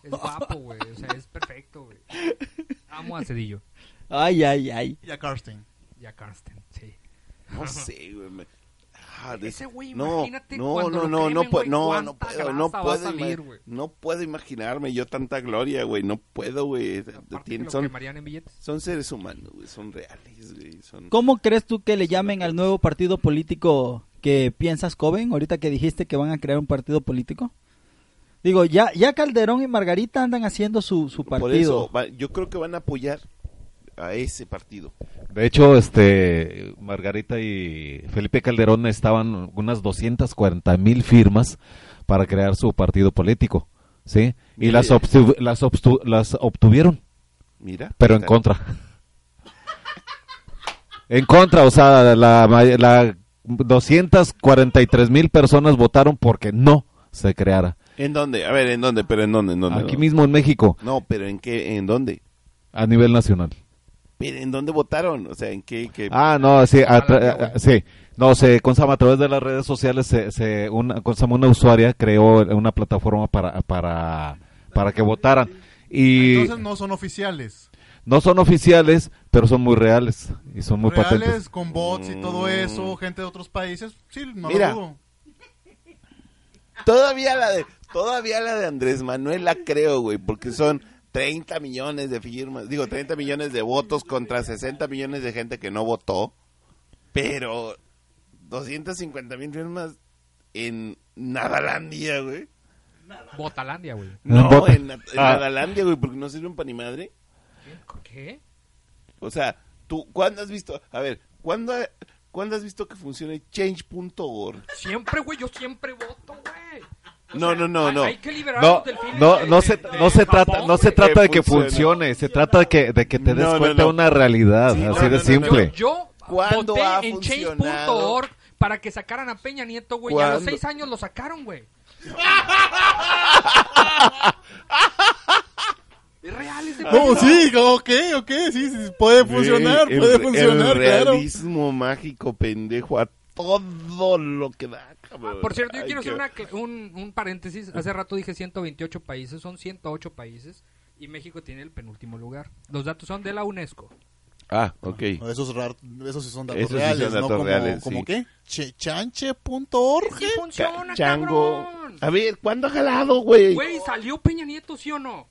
Speaker 5: es guapo, güey. O sea, es perfecto, güey. Amo a Cedillo
Speaker 7: Ay, ay, ay.
Speaker 8: Y a Karsten.
Speaker 5: y a Karsten, sí.
Speaker 2: No sé, güey. me- Ah, de-
Speaker 5: Ese güey,
Speaker 2: no,
Speaker 5: imagínate
Speaker 2: no, no,
Speaker 5: cuando lo
Speaker 2: no, no,
Speaker 5: cremen,
Speaker 2: pu-
Speaker 5: güey,
Speaker 2: no, no
Speaker 5: cuánta
Speaker 2: puedo, no
Speaker 5: grasa va a
Speaker 2: puedo, ima-
Speaker 5: salir, güey.
Speaker 2: no puedo imaginarme yo tanta gloria, güey, no puedo, güey.
Speaker 5: Aparte
Speaker 2: Tien-
Speaker 5: que lo
Speaker 2: son,
Speaker 5: quemarían en billetes.
Speaker 2: son seres humanos, güey, son reales, güey, son-
Speaker 7: ¿Cómo crees tú que le llamen al nuevo partido político que piensas, Coven? Ahorita que dijiste que van a crear un partido político. Digo, ya, ya Calderón y Margarita andan haciendo su, su partido.
Speaker 2: Por eso, va- yo creo que van a apoyar a ese partido.
Speaker 9: De hecho, este Margarita y Felipe Calderón estaban unas 240 mil firmas para crear su partido político, ¿sí? Y
Speaker 2: Mira.
Speaker 9: las, obtu- las, obstu- las obtuvieron,
Speaker 2: Mira.
Speaker 9: pero en contra. en contra, o sea, la, may- la 243 mil personas votaron porque no se creara.
Speaker 2: ¿En dónde? A ver, ¿en dónde? Pero ¿en dónde? ¿En dónde?
Speaker 9: Aquí
Speaker 2: no?
Speaker 9: mismo en México,
Speaker 2: No, pero ¿en qué? ¿En dónde?
Speaker 9: a nivel nacional.
Speaker 2: ¿Pero en dónde votaron? O sea, ¿en qué? qué-
Speaker 9: Ah, no, sí, a tra-
Speaker 5: Malaria, güey.
Speaker 9: a- sí. No, se, Consama, a través de las redes sociales, se, se- una, Consama, una usuaria creó una plataforma para, para, para que votaran. Y
Speaker 8: Entonces no son oficiales.
Speaker 9: no son oficiales, pero son muy reales y son muy
Speaker 8: Reales,
Speaker 9: patentes.
Speaker 8: con bots y todo eso, gente de otros países. Sí, no
Speaker 2: Mm. Mira.
Speaker 8: lo dudo.
Speaker 2: Todavía la de todavía la de Andrés Manuel la creo, güey, porque son 30 millones de firmas, digo 30 millones de votos contra 60 millones de gente que no votó, pero 250 mil firmas en Nadalandia, güey.
Speaker 5: Botalandia, güey.
Speaker 2: No,
Speaker 9: Vota.
Speaker 2: en, Na- en
Speaker 9: Ah.
Speaker 2: Nadalandia, güey, porque no sirven para ni madre.
Speaker 5: ¿Qué?
Speaker 2: O sea, tú ¿cuándo has visto? A ver, ¿cuándo ¿cuándo has visto que funcione change.org?
Speaker 5: Siempre, güey, yo siempre voto, güey. O
Speaker 2: No,
Speaker 5: sea,
Speaker 2: no, no,
Speaker 5: hay-
Speaker 2: no.
Speaker 5: Hay que liberar
Speaker 9: No,
Speaker 5: del feeling
Speaker 9: no,
Speaker 5: de-
Speaker 9: no
Speaker 5: de-
Speaker 9: se,
Speaker 5: de
Speaker 9: no se
Speaker 5: Japón,
Speaker 9: trata, no se
Speaker 5: güey.
Speaker 9: trata de
Speaker 2: Que
Speaker 9: que
Speaker 2: funcione.
Speaker 9: funcione, se trata de que, de que te des
Speaker 2: No, no,
Speaker 9: cuenta de
Speaker 2: no.
Speaker 9: una realidad,
Speaker 5: Sí,
Speaker 9: así
Speaker 5: no,
Speaker 9: de
Speaker 5: no, no,
Speaker 9: simple.
Speaker 5: Yo, yo
Speaker 2: ¿Cuándo
Speaker 5: voté
Speaker 2: ha
Speaker 5: en
Speaker 2: funcionado?
Speaker 5: change.org para que sacaran a Peña Nieto, güey. Y a los
Speaker 2: ¿Cuándo?
Speaker 5: seis años lo sacaron, güey. es real ese
Speaker 8: No,
Speaker 5: pedo.
Speaker 8: sí, ok, ok, sí, sí, puede funcionar,
Speaker 2: Güey,
Speaker 8: puede
Speaker 2: el-
Speaker 8: funcionar,
Speaker 2: El
Speaker 8: claro.
Speaker 2: realismo mágico pendejo a todo lo que da, cabrón.
Speaker 5: Por cierto, yo
Speaker 2: Ay,
Speaker 5: quiero
Speaker 2: qué-
Speaker 5: hacer una cl- un, un paréntesis. Hace rato dije 128 países, son 108 países y México tiene el penúltimo lugar. Los datos son de la UNESCO.
Speaker 2: Ah, ok.
Speaker 4: No, Esos, rar- esos sí son datos
Speaker 2: Esos sí son
Speaker 4: reales, ¿no?
Speaker 2: datos
Speaker 4: como,
Speaker 2: reales,
Speaker 4: como
Speaker 2: sí.
Speaker 4: qué? Che- Chanche.org.
Speaker 5: Sí funciona,
Speaker 2: Chango.
Speaker 5: cabrón.
Speaker 2: A ver, ¿cuándo ha jalado, güey?
Speaker 5: Güey, salió Peña Nieto, ¿sí o no?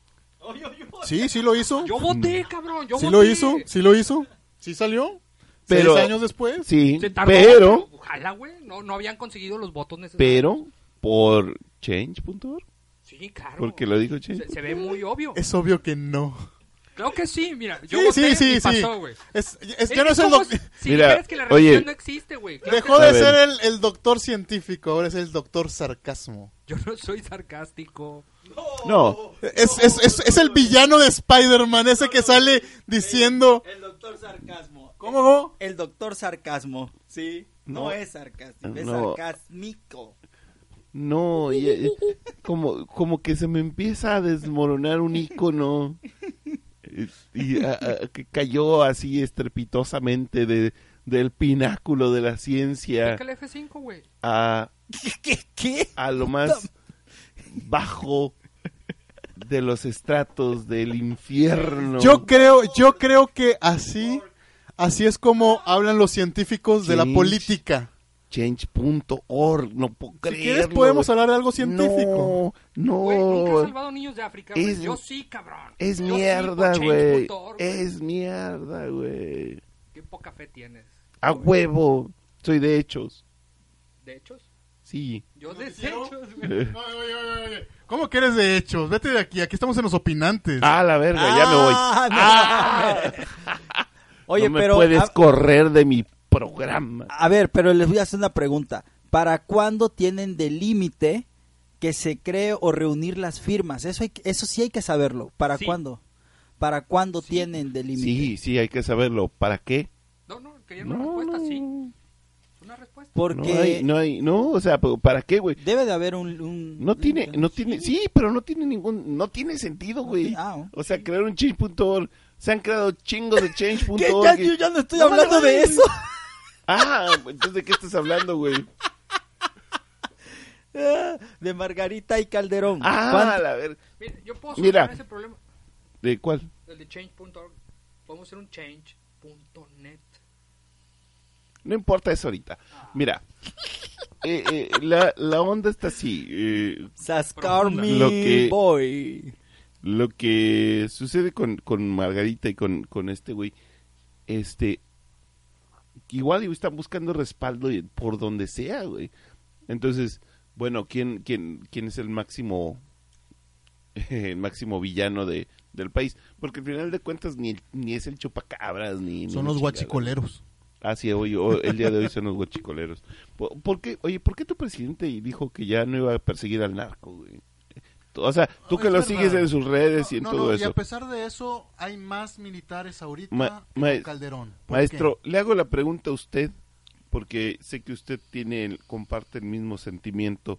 Speaker 4: Sí, sí lo hizo.
Speaker 5: Yo voté, cabrón. Yo
Speaker 4: Sí
Speaker 5: voté.
Speaker 4: lo hizo, sí lo hizo. Sí salió.
Speaker 2: Pero-
Speaker 4: Seis años después.
Speaker 2: Sí,
Speaker 5: Se tardó,
Speaker 2: pero,
Speaker 5: Ojalá, güey. No, no habían conseguido los votos necesarios.
Speaker 2: pero, por change.org,
Speaker 5: Sí, claro.
Speaker 2: porque lo dijo change.
Speaker 5: se, se ve muy obvio.
Speaker 4: Es obvio que no.
Speaker 5: Creo que sí, mira. Yo
Speaker 4: Sí,
Speaker 5: voté
Speaker 4: sí, sí,
Speaker 5: y
Speaker 4: sí.
Speaker 5: pasó, güey.
Speaker 4: Es, es que no es el
Speaker 5: como
Speaker 4: doc-
Speaker 5: Si
Speaker 2: Mira,
Speaker 5: dijeras que la
Speaker 2: oye.
Speaker 5: religión no existe, güey. Claro que
Speaker 4: Dejó
Speaker 2: A
Speaker 4: de
Speaker 2: ver.
Speaker 4: ser el, el doctor científico, ahora es el doctor sarcasmo.
Speaker 5: Yo no soy sarcástico.
Speaker 2: No,
Speaker 4: Es, es, es, es el villano de Spider-Man, ese que sale diciendo...
Speaker 7: El doctor sarcasmo.
Speaker 4: ¿Cómo, cómo?
Speaker 7: El doctor sarcasmo. Sí. No,
Speaker 2: No. Ah,
Speaker 7: es sarcástico, es
Speaker 2: No.
Speaker 7: sarcásmico.
Speaker 2: no, y- y- como, como que se me empieza a desmoronar un icono y, a- a- que cayó así estrepitosamente de, del pináculo de la ciencia
Speaker 5: Pícale F5, güey.
Speaker 2: a,
Speaker 7: ¿Qué? ¿Qué?
Speaker 2: a lo más bajo de los estratos del infierno.
Speaker 4: Yo creo, yo creo que así, así es como hablan los científicos de la
Speaker 2: Sí.
Speaker 4: política.
Speaker 2: Change.org, no puedo
Speaker 4: Si
Speaker 2: creerlo.
Speaker 4: quieres podemos
Speaker 2: güey.
Speaker 4: hablar de algo científico.
Speaker 5: Güey, nunca has
Speaker 2: No, no.
Speaker 5: salvado niños de África, güey.
Speaker 2: Oh. Es-
Speaker 5: Yo sí, cabrón.
Speaker 2: Es
Speaker 5: Yo sí,
Speaker 2: mierda,
Speaker 5: por
Speaker 2: güey.
Speaker 5: change.org, güey.
Speaker 2: Es mierda, güey.
Speaker 5: Qué poca fe tienes.
Speaker 2: A huevo. Soy de hechos.
Speaker 5: ¿De hechos?
Speaker 2: Sí.
Speaker 5: Yo de hechos, güey.
Speaker 8: Oye,
Speaker 2: Eh.
Speaker 8: oye, oye, oye. ¿Cómo que eres de hechos? Vete de aquí, aquí estamos en los opinantes.
Speaker 2: Ah, la verga, ya me voy.
Speaker 7: Ah, Oye,
Speaker 2: no me
Speaker 7: pero
Speaker 2: puedes
Speaker 7: a, Ah,
Speaker 2: correr de mi programa.
Speaker 7: a ver, pero les voy a hacer una pregunta. ¿Para cuándo tienen de límite que se cree o reunir las firmas? Eso hay, que- eso sí hay que saberlo. ¿Para
Speaker 5: Sí.
Speaker 7: cuándo? ¿Para cuándo tienen de límite?
Speaker 2: Sí, sí, hay que saberlo. ¿Para qué?
Speaker 5: No, no, quería una
Speaker 2: No,
Speaker 5: respuesta, sí.
Speaker 2: no.
Speaker 5: Una respuesta.
Speaker 7: Porque
Speaker 2: No hay, no hay, no, o sea, pero ¿para qué, güey?
Speaker 7: debe de haber un, un-
Speaker 2: No tiene, no tiene, sí, pero no tiene ningún, no tiene sentido, güey.
Speaker 7: Ah, oh.
Speaker 2: O sea, crear un change.org, se han creado chingos de
Speaker 7: ¿Qué? Ya-
Speaker 2: change.org.
Speaker 7: yo ya no estoy
Speaker 2: No,
Speaker 7: hablando
Speaker 2: vale,
Speaker 7: de
Speaker 2: vale.
Speaker 7: eso.
Speaker 2: Ah, entonces, ¿de qué estás hablando, güey?
Speaker 7: De Margarita y Calderón.
Speaker 2: Ah,
Speaker 7: ¿Cuánto-
Speaker 2: la ver...
Speaker 5: Mira, yo puedo
Speaker 2: Mira.
Speaker 5: solucionar ese problema.
Speaker 2: ¿De cuál?
Speaker 5: El de change.org. Podemos hacer un change.net.
Speaker 2: No importa eso ahorita. Mira, eh, eh, la, la onda está así. eh,
Speaker 7: Sascar
Speaker 5: Profunda.
Speaker 7: me
Speaker 2: Lo que-
Speaker 7: boy.
Speaker 2: lo que sucede con, con Margarita y con, con este güey, este, igual y están buscando respaldo y- por donde sea, güey. Entonces, bueno, ¿quién, quién, quién es el máximo, el máximo villano de, del país? Porque al final de cuentas ni, ni es el chupacabras, ni... ni
Speaker 8: Son los
Speaker 2: la chingada.
Speaker 8: guachicoleros.
Speaker 2: Ah, sí, hoy, hoy- el día de hoy son los guachicoleros. Po- ¿Por qué, oye, ¿por qué tu presidente dijo que ya no iba a perseguir al narco, güey? O sea, tú que
Speaker 8: Es
Speaker 2: lo
Speaker 8: verdad.
Speaker 2: sigues en sus redes y en
Speaker 8: No,
Speaker 2: todo
Speaker 8: no,
Speaker 2: eso.
Speaker 8: Y a pesar de eso, hay más militares ahorita
Speaker 2: Ma-
Speaker 8: que
Speaker 2: ma-
Speaker 8: con Calderón. ¿Por
Speaker 2: Maestro, le hago la pregunta a usted, porque sé que usted tiene, el- comparte el mismo sentimiento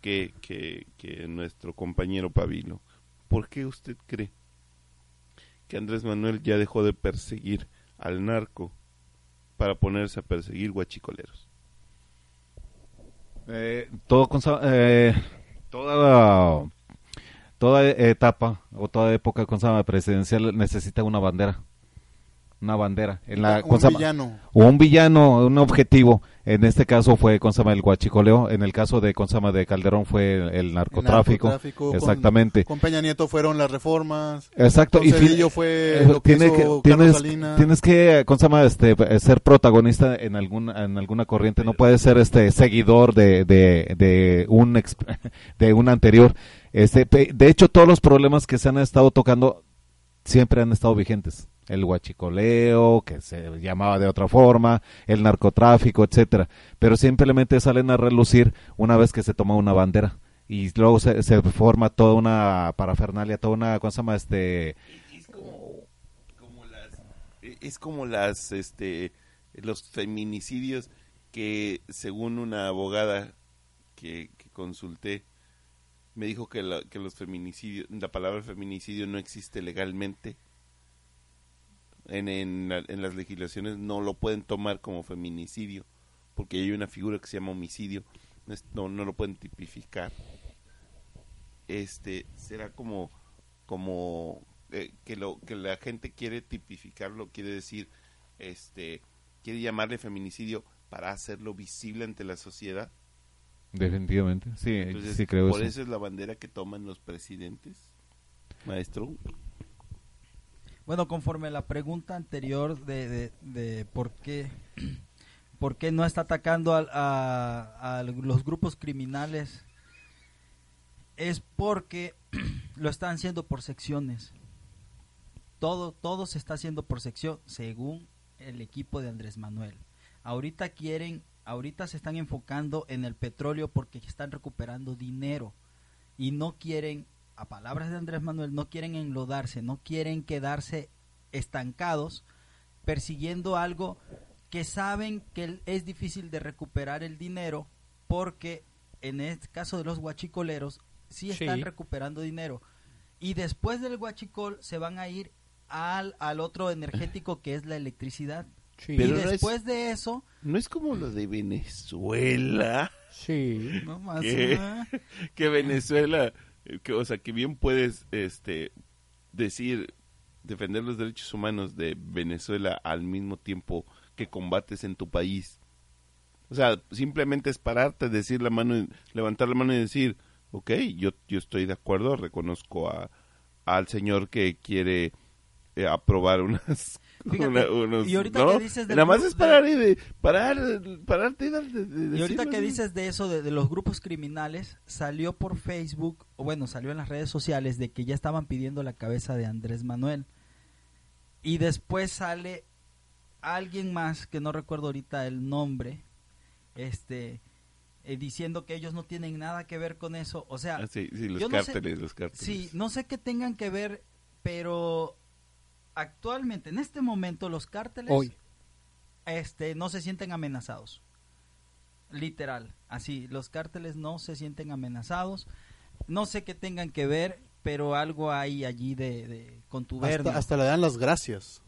Speaker 2: que, que, que nuestro compañero Pavilo. ¿Por qué usted cree que Andrés Manuel ya dejó de perseguir al narco para ponerse a perseguir guachicoleros?
Speaker 9: Eh, todo consa- eh, toda toda etapa o toda época consama presidencial necesita una bandera una bandera en la
Speaker 4: Un
Speaker 9: consama-
Speaker 4: villano.
Speaker 9: o un villano un objetivo en este caso fue consama el guachicoleo en el caso de consama de Calderón fue el, el
Speaker 4: El
Speaker 9: narcotráfico,
Speaker 4: narcotráfico, con-
Speaker 9: exactamente
Speaker 4: Con, Peña Nieto fueron las reformas.
Speaker 9: Exacto,
Speaker 4: Con
Speaker 9: fin-
Speaker 4: Cedillo fue
Speaker 9: eh,
Speaker 4: lo que
Speaker 9: tiene
Speaker 4: hizo Carlos
Speaker 9: tienes,
Speaker 4: Salinas.
Speaker 9: tienes que, ¿cómo se llama? Este, eh, ser protagonista en alguna, en alguna corriente, no puedes ser este seguidor de, de, de un ex- de un anterior. Este, pe- de hecho, todos los problemas que se han estado tocando siempre han estado vigentes. El huachicoleo, que se llamaba de otra forma, el narcotráfico, etcétera. Pero simplemente salen a relucir una vez que se toma una bandera. Y luego se, se forma toda una parafernalia, toda una, ¿cómo se llama? Este,
Speaker 2: e-, Es como, las... Es como las, este... los feminicidios que según una abogada que, que consulté me dijo que, la- que los feminicidios, la palabra feminicidio no existe legalmente. En, en la- en las legislaciones no lo pueden tomar como feminicidio, porque hay una figura que se llama homicidio. No es- No, no lo pueden tipificar. Este será como, como eh, que lo que la gente quiere tipificarlo, quiere decir, este, quiere llamarle feminicidio para hacerlo visible ante la sociedad.
Speaker 9: Definitivamente. Sí,
Speaker 2: Entonces,
Speaker 9: Eh, sí creo
Speaker 2: por
Speaker 9: eso.
Speaker 2: eso es la bandera que toman los presidentes, maestro.
Speaker 7: Bueno, conforme la pregunta anterior de, de, de por qué por qué no está atacando al- a, a los grupos criminales es porque lo están haciendo por secciones. Todo todo se está haciendo por sección según el equipo de Andrés Manuel. Ahorita quieren, ahorita se están enfocando en el petróleo porque están recuperando dinero y no quieren, a palabras de Andrés Manuel, no quieren enlodarse, no quieren quedarse estancados persiguiendo algo que saben que el- es difícil de recuperar el dinero porque en este caso de los guachicoleros sí
Speaker 5: Sí.
Speaker 7: están recuperando dinero y después del guachicol se van a ir al, al otro energético que es la electricidad
Speaker 5: Sí.
Speaker 2: Pero no
Speaker 7: y
Speaker 2: es-
Speaker 7: después de eso
Speaker 2: No es como lo de Venezuela,
Speaker 5: Sí.
Speaker 7: no más
Speaker 2: ¿Qué?
Speaker 7: ah,
Speaker 2: que Venezuela, eh, que, o sea, que bien puedes este decir defender los derechos humanos de Venezuela al mismo tiempo que combates en tu país. O sea, simplemente es pararte, decir la mano, y- levantar la mano y decir, ok, yo, yo estoy de acuerdo, reconozco a, al señor que quiere eh, aprobar unas...
Speaker 7: Fíjate,
Speaker 2: unos-
Speaker 7: y ahorita que dices del
Speaker 2: Nada más
Speaker 7: gru-
Speaker 2: es parar y de, parar, pararte y dar- de- de-
Speaker 7: Y ahorita
Speaker 2: decirlo
Speaker 7: que
Speaker 2: así.
Speaker 7: dices de eso, de, de los grupos criminales, salió por Facebook, o bueno, salió en las redes sociales de que ya estaban pidiendo la cabeza de Andrés Manuel. Y después sale alguien más, que no recuerdo ahorita el nombre, este, eh, diciendo que ellos no tienen nada que ver con eso. O sea,
Speaker 2: Ah, sí, sí, los
Speaker 7: yo no sé-
Speaker 2: cárteles, los cárteles.
Speaker 7: Sí, no sé qué tengan que ver, pero actualmente, en este momento, los cárteles
Speaker 5: Hoy.
Speaker 7: este, no se sienten amenazados. Literal, así, los cárteles no se sienten amenazados. No sé qué tengan que ver, pero algo hay allí de, de contubernio.
Speaker 4: Hasta, hasta le dan las gracias.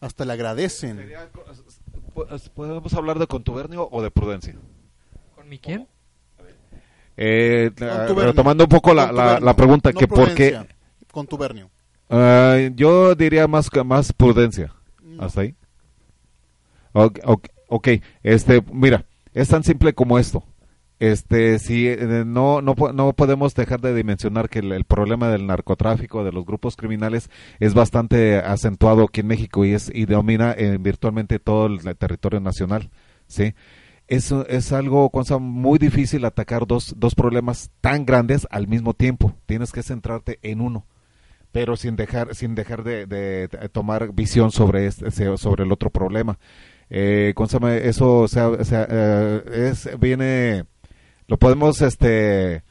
Speaker 4: Hasta le agradecen.
Speaker 9: Sería co- s- s- po- s- ¿Podemos hablar de contubernio o de prudencia?
Speaker 5: ¿Con mi quién?
Speaker 9: Eh, la-
Speaker 4: Contubernio.
Speaker 9: retomando un poco la, la-
Speaker 4: Contubernio.
Speaker 9: la pregunta,
Speaker 4: No
Speaker 9: que por qué...
Speaker 4: prudencia, Contubernio.
Speaker 9: Ah, yo diría más, que- más prudencia. ¿Hasta ahí? Ok, ok, ok, este, mira, es tan simple como esto. Este, si eh, no, no, po- no podemos dejar de dimensionar que el, el problema del narcotráfico, de los grupos criminales, es bastante acentuado aquí en México y es y domina eh, virtualmente todo el, el territorio nacional, ¿sí? Eso es algo, Gonza, muy difícil atacar dos, dos problemas tan grandes al mismo tiempo. Tienes que centrarte en uno pero sin dejar sin dejar de, de tomar visión sobre este sobre el otro problema eh, ¿cómo se llama? eso o sea, o sea, eh, es viene lo podemos este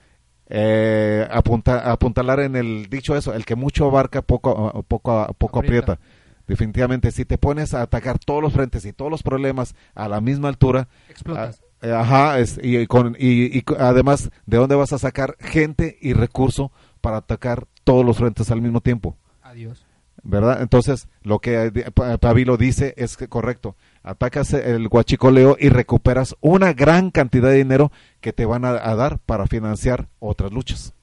Speaker 9: eh, apunta- apuntalar en el dicho eso el que mucho abarca poco poco poco
Speaker 5: Aprieta.
Speaker 9: aprieta definitivamente si te pones a atacar todos los frentes y todos los problemas a la misma altura
Speaker 5: Explotas.
Speaker 9: Ah, eh, Ajá, es- y, con, y, y co- además, ¿de dónde vas a sacar gente y recurso para atacar todos los frentes al mismo tiempo?
Speaker 5: Adiós.
Speaker 9: ¿Verdad? Entonces, lo que eh, de- Pa- Pabilo dice es que correcto. Atacas el guachicoleo y recuperas una gran cantidad de dinero que te van a, a dar para financiar otras luchas.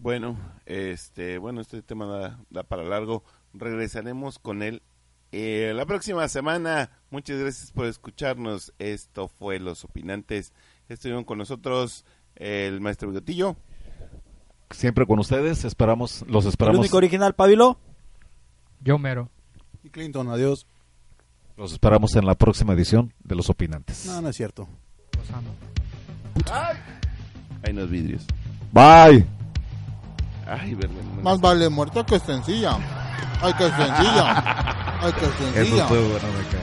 Speaker 2: Bueno, este, bueno, este tema da, da para largo. Regresaremos con él eh, la próxima semana. Muchas gracias por escucharnos. Esto fue Los Opinantes. Estuvieron con nosotros el maestro Bigotillo.
Speaker 9: Siempre con ustedes, esperamos, los
Speaker 7: el
Speaker 9: esperamos,
Speaker 7: único original, Pabilo.
Speaker 5: Yo mero.
Speaker 4: Y Clinton, adiós.
Speaker 9: los esperamos en la próxima edición de Los Opinantes.
Speaker 4: No, no es cierto.
Speaker 5: Los amo.
Speaker 2: Ahí en los vidrios.
Speaker 9: Bye.
Speaker 2: Ay, verdad. no me-
Speaker 4: Más vale muerto que sencilla. Ay, que sencilla. Ay, que
Speaker 9: Eso
Speaker 4: sencilla.
Speaker 9: estuvo bueno, me cae.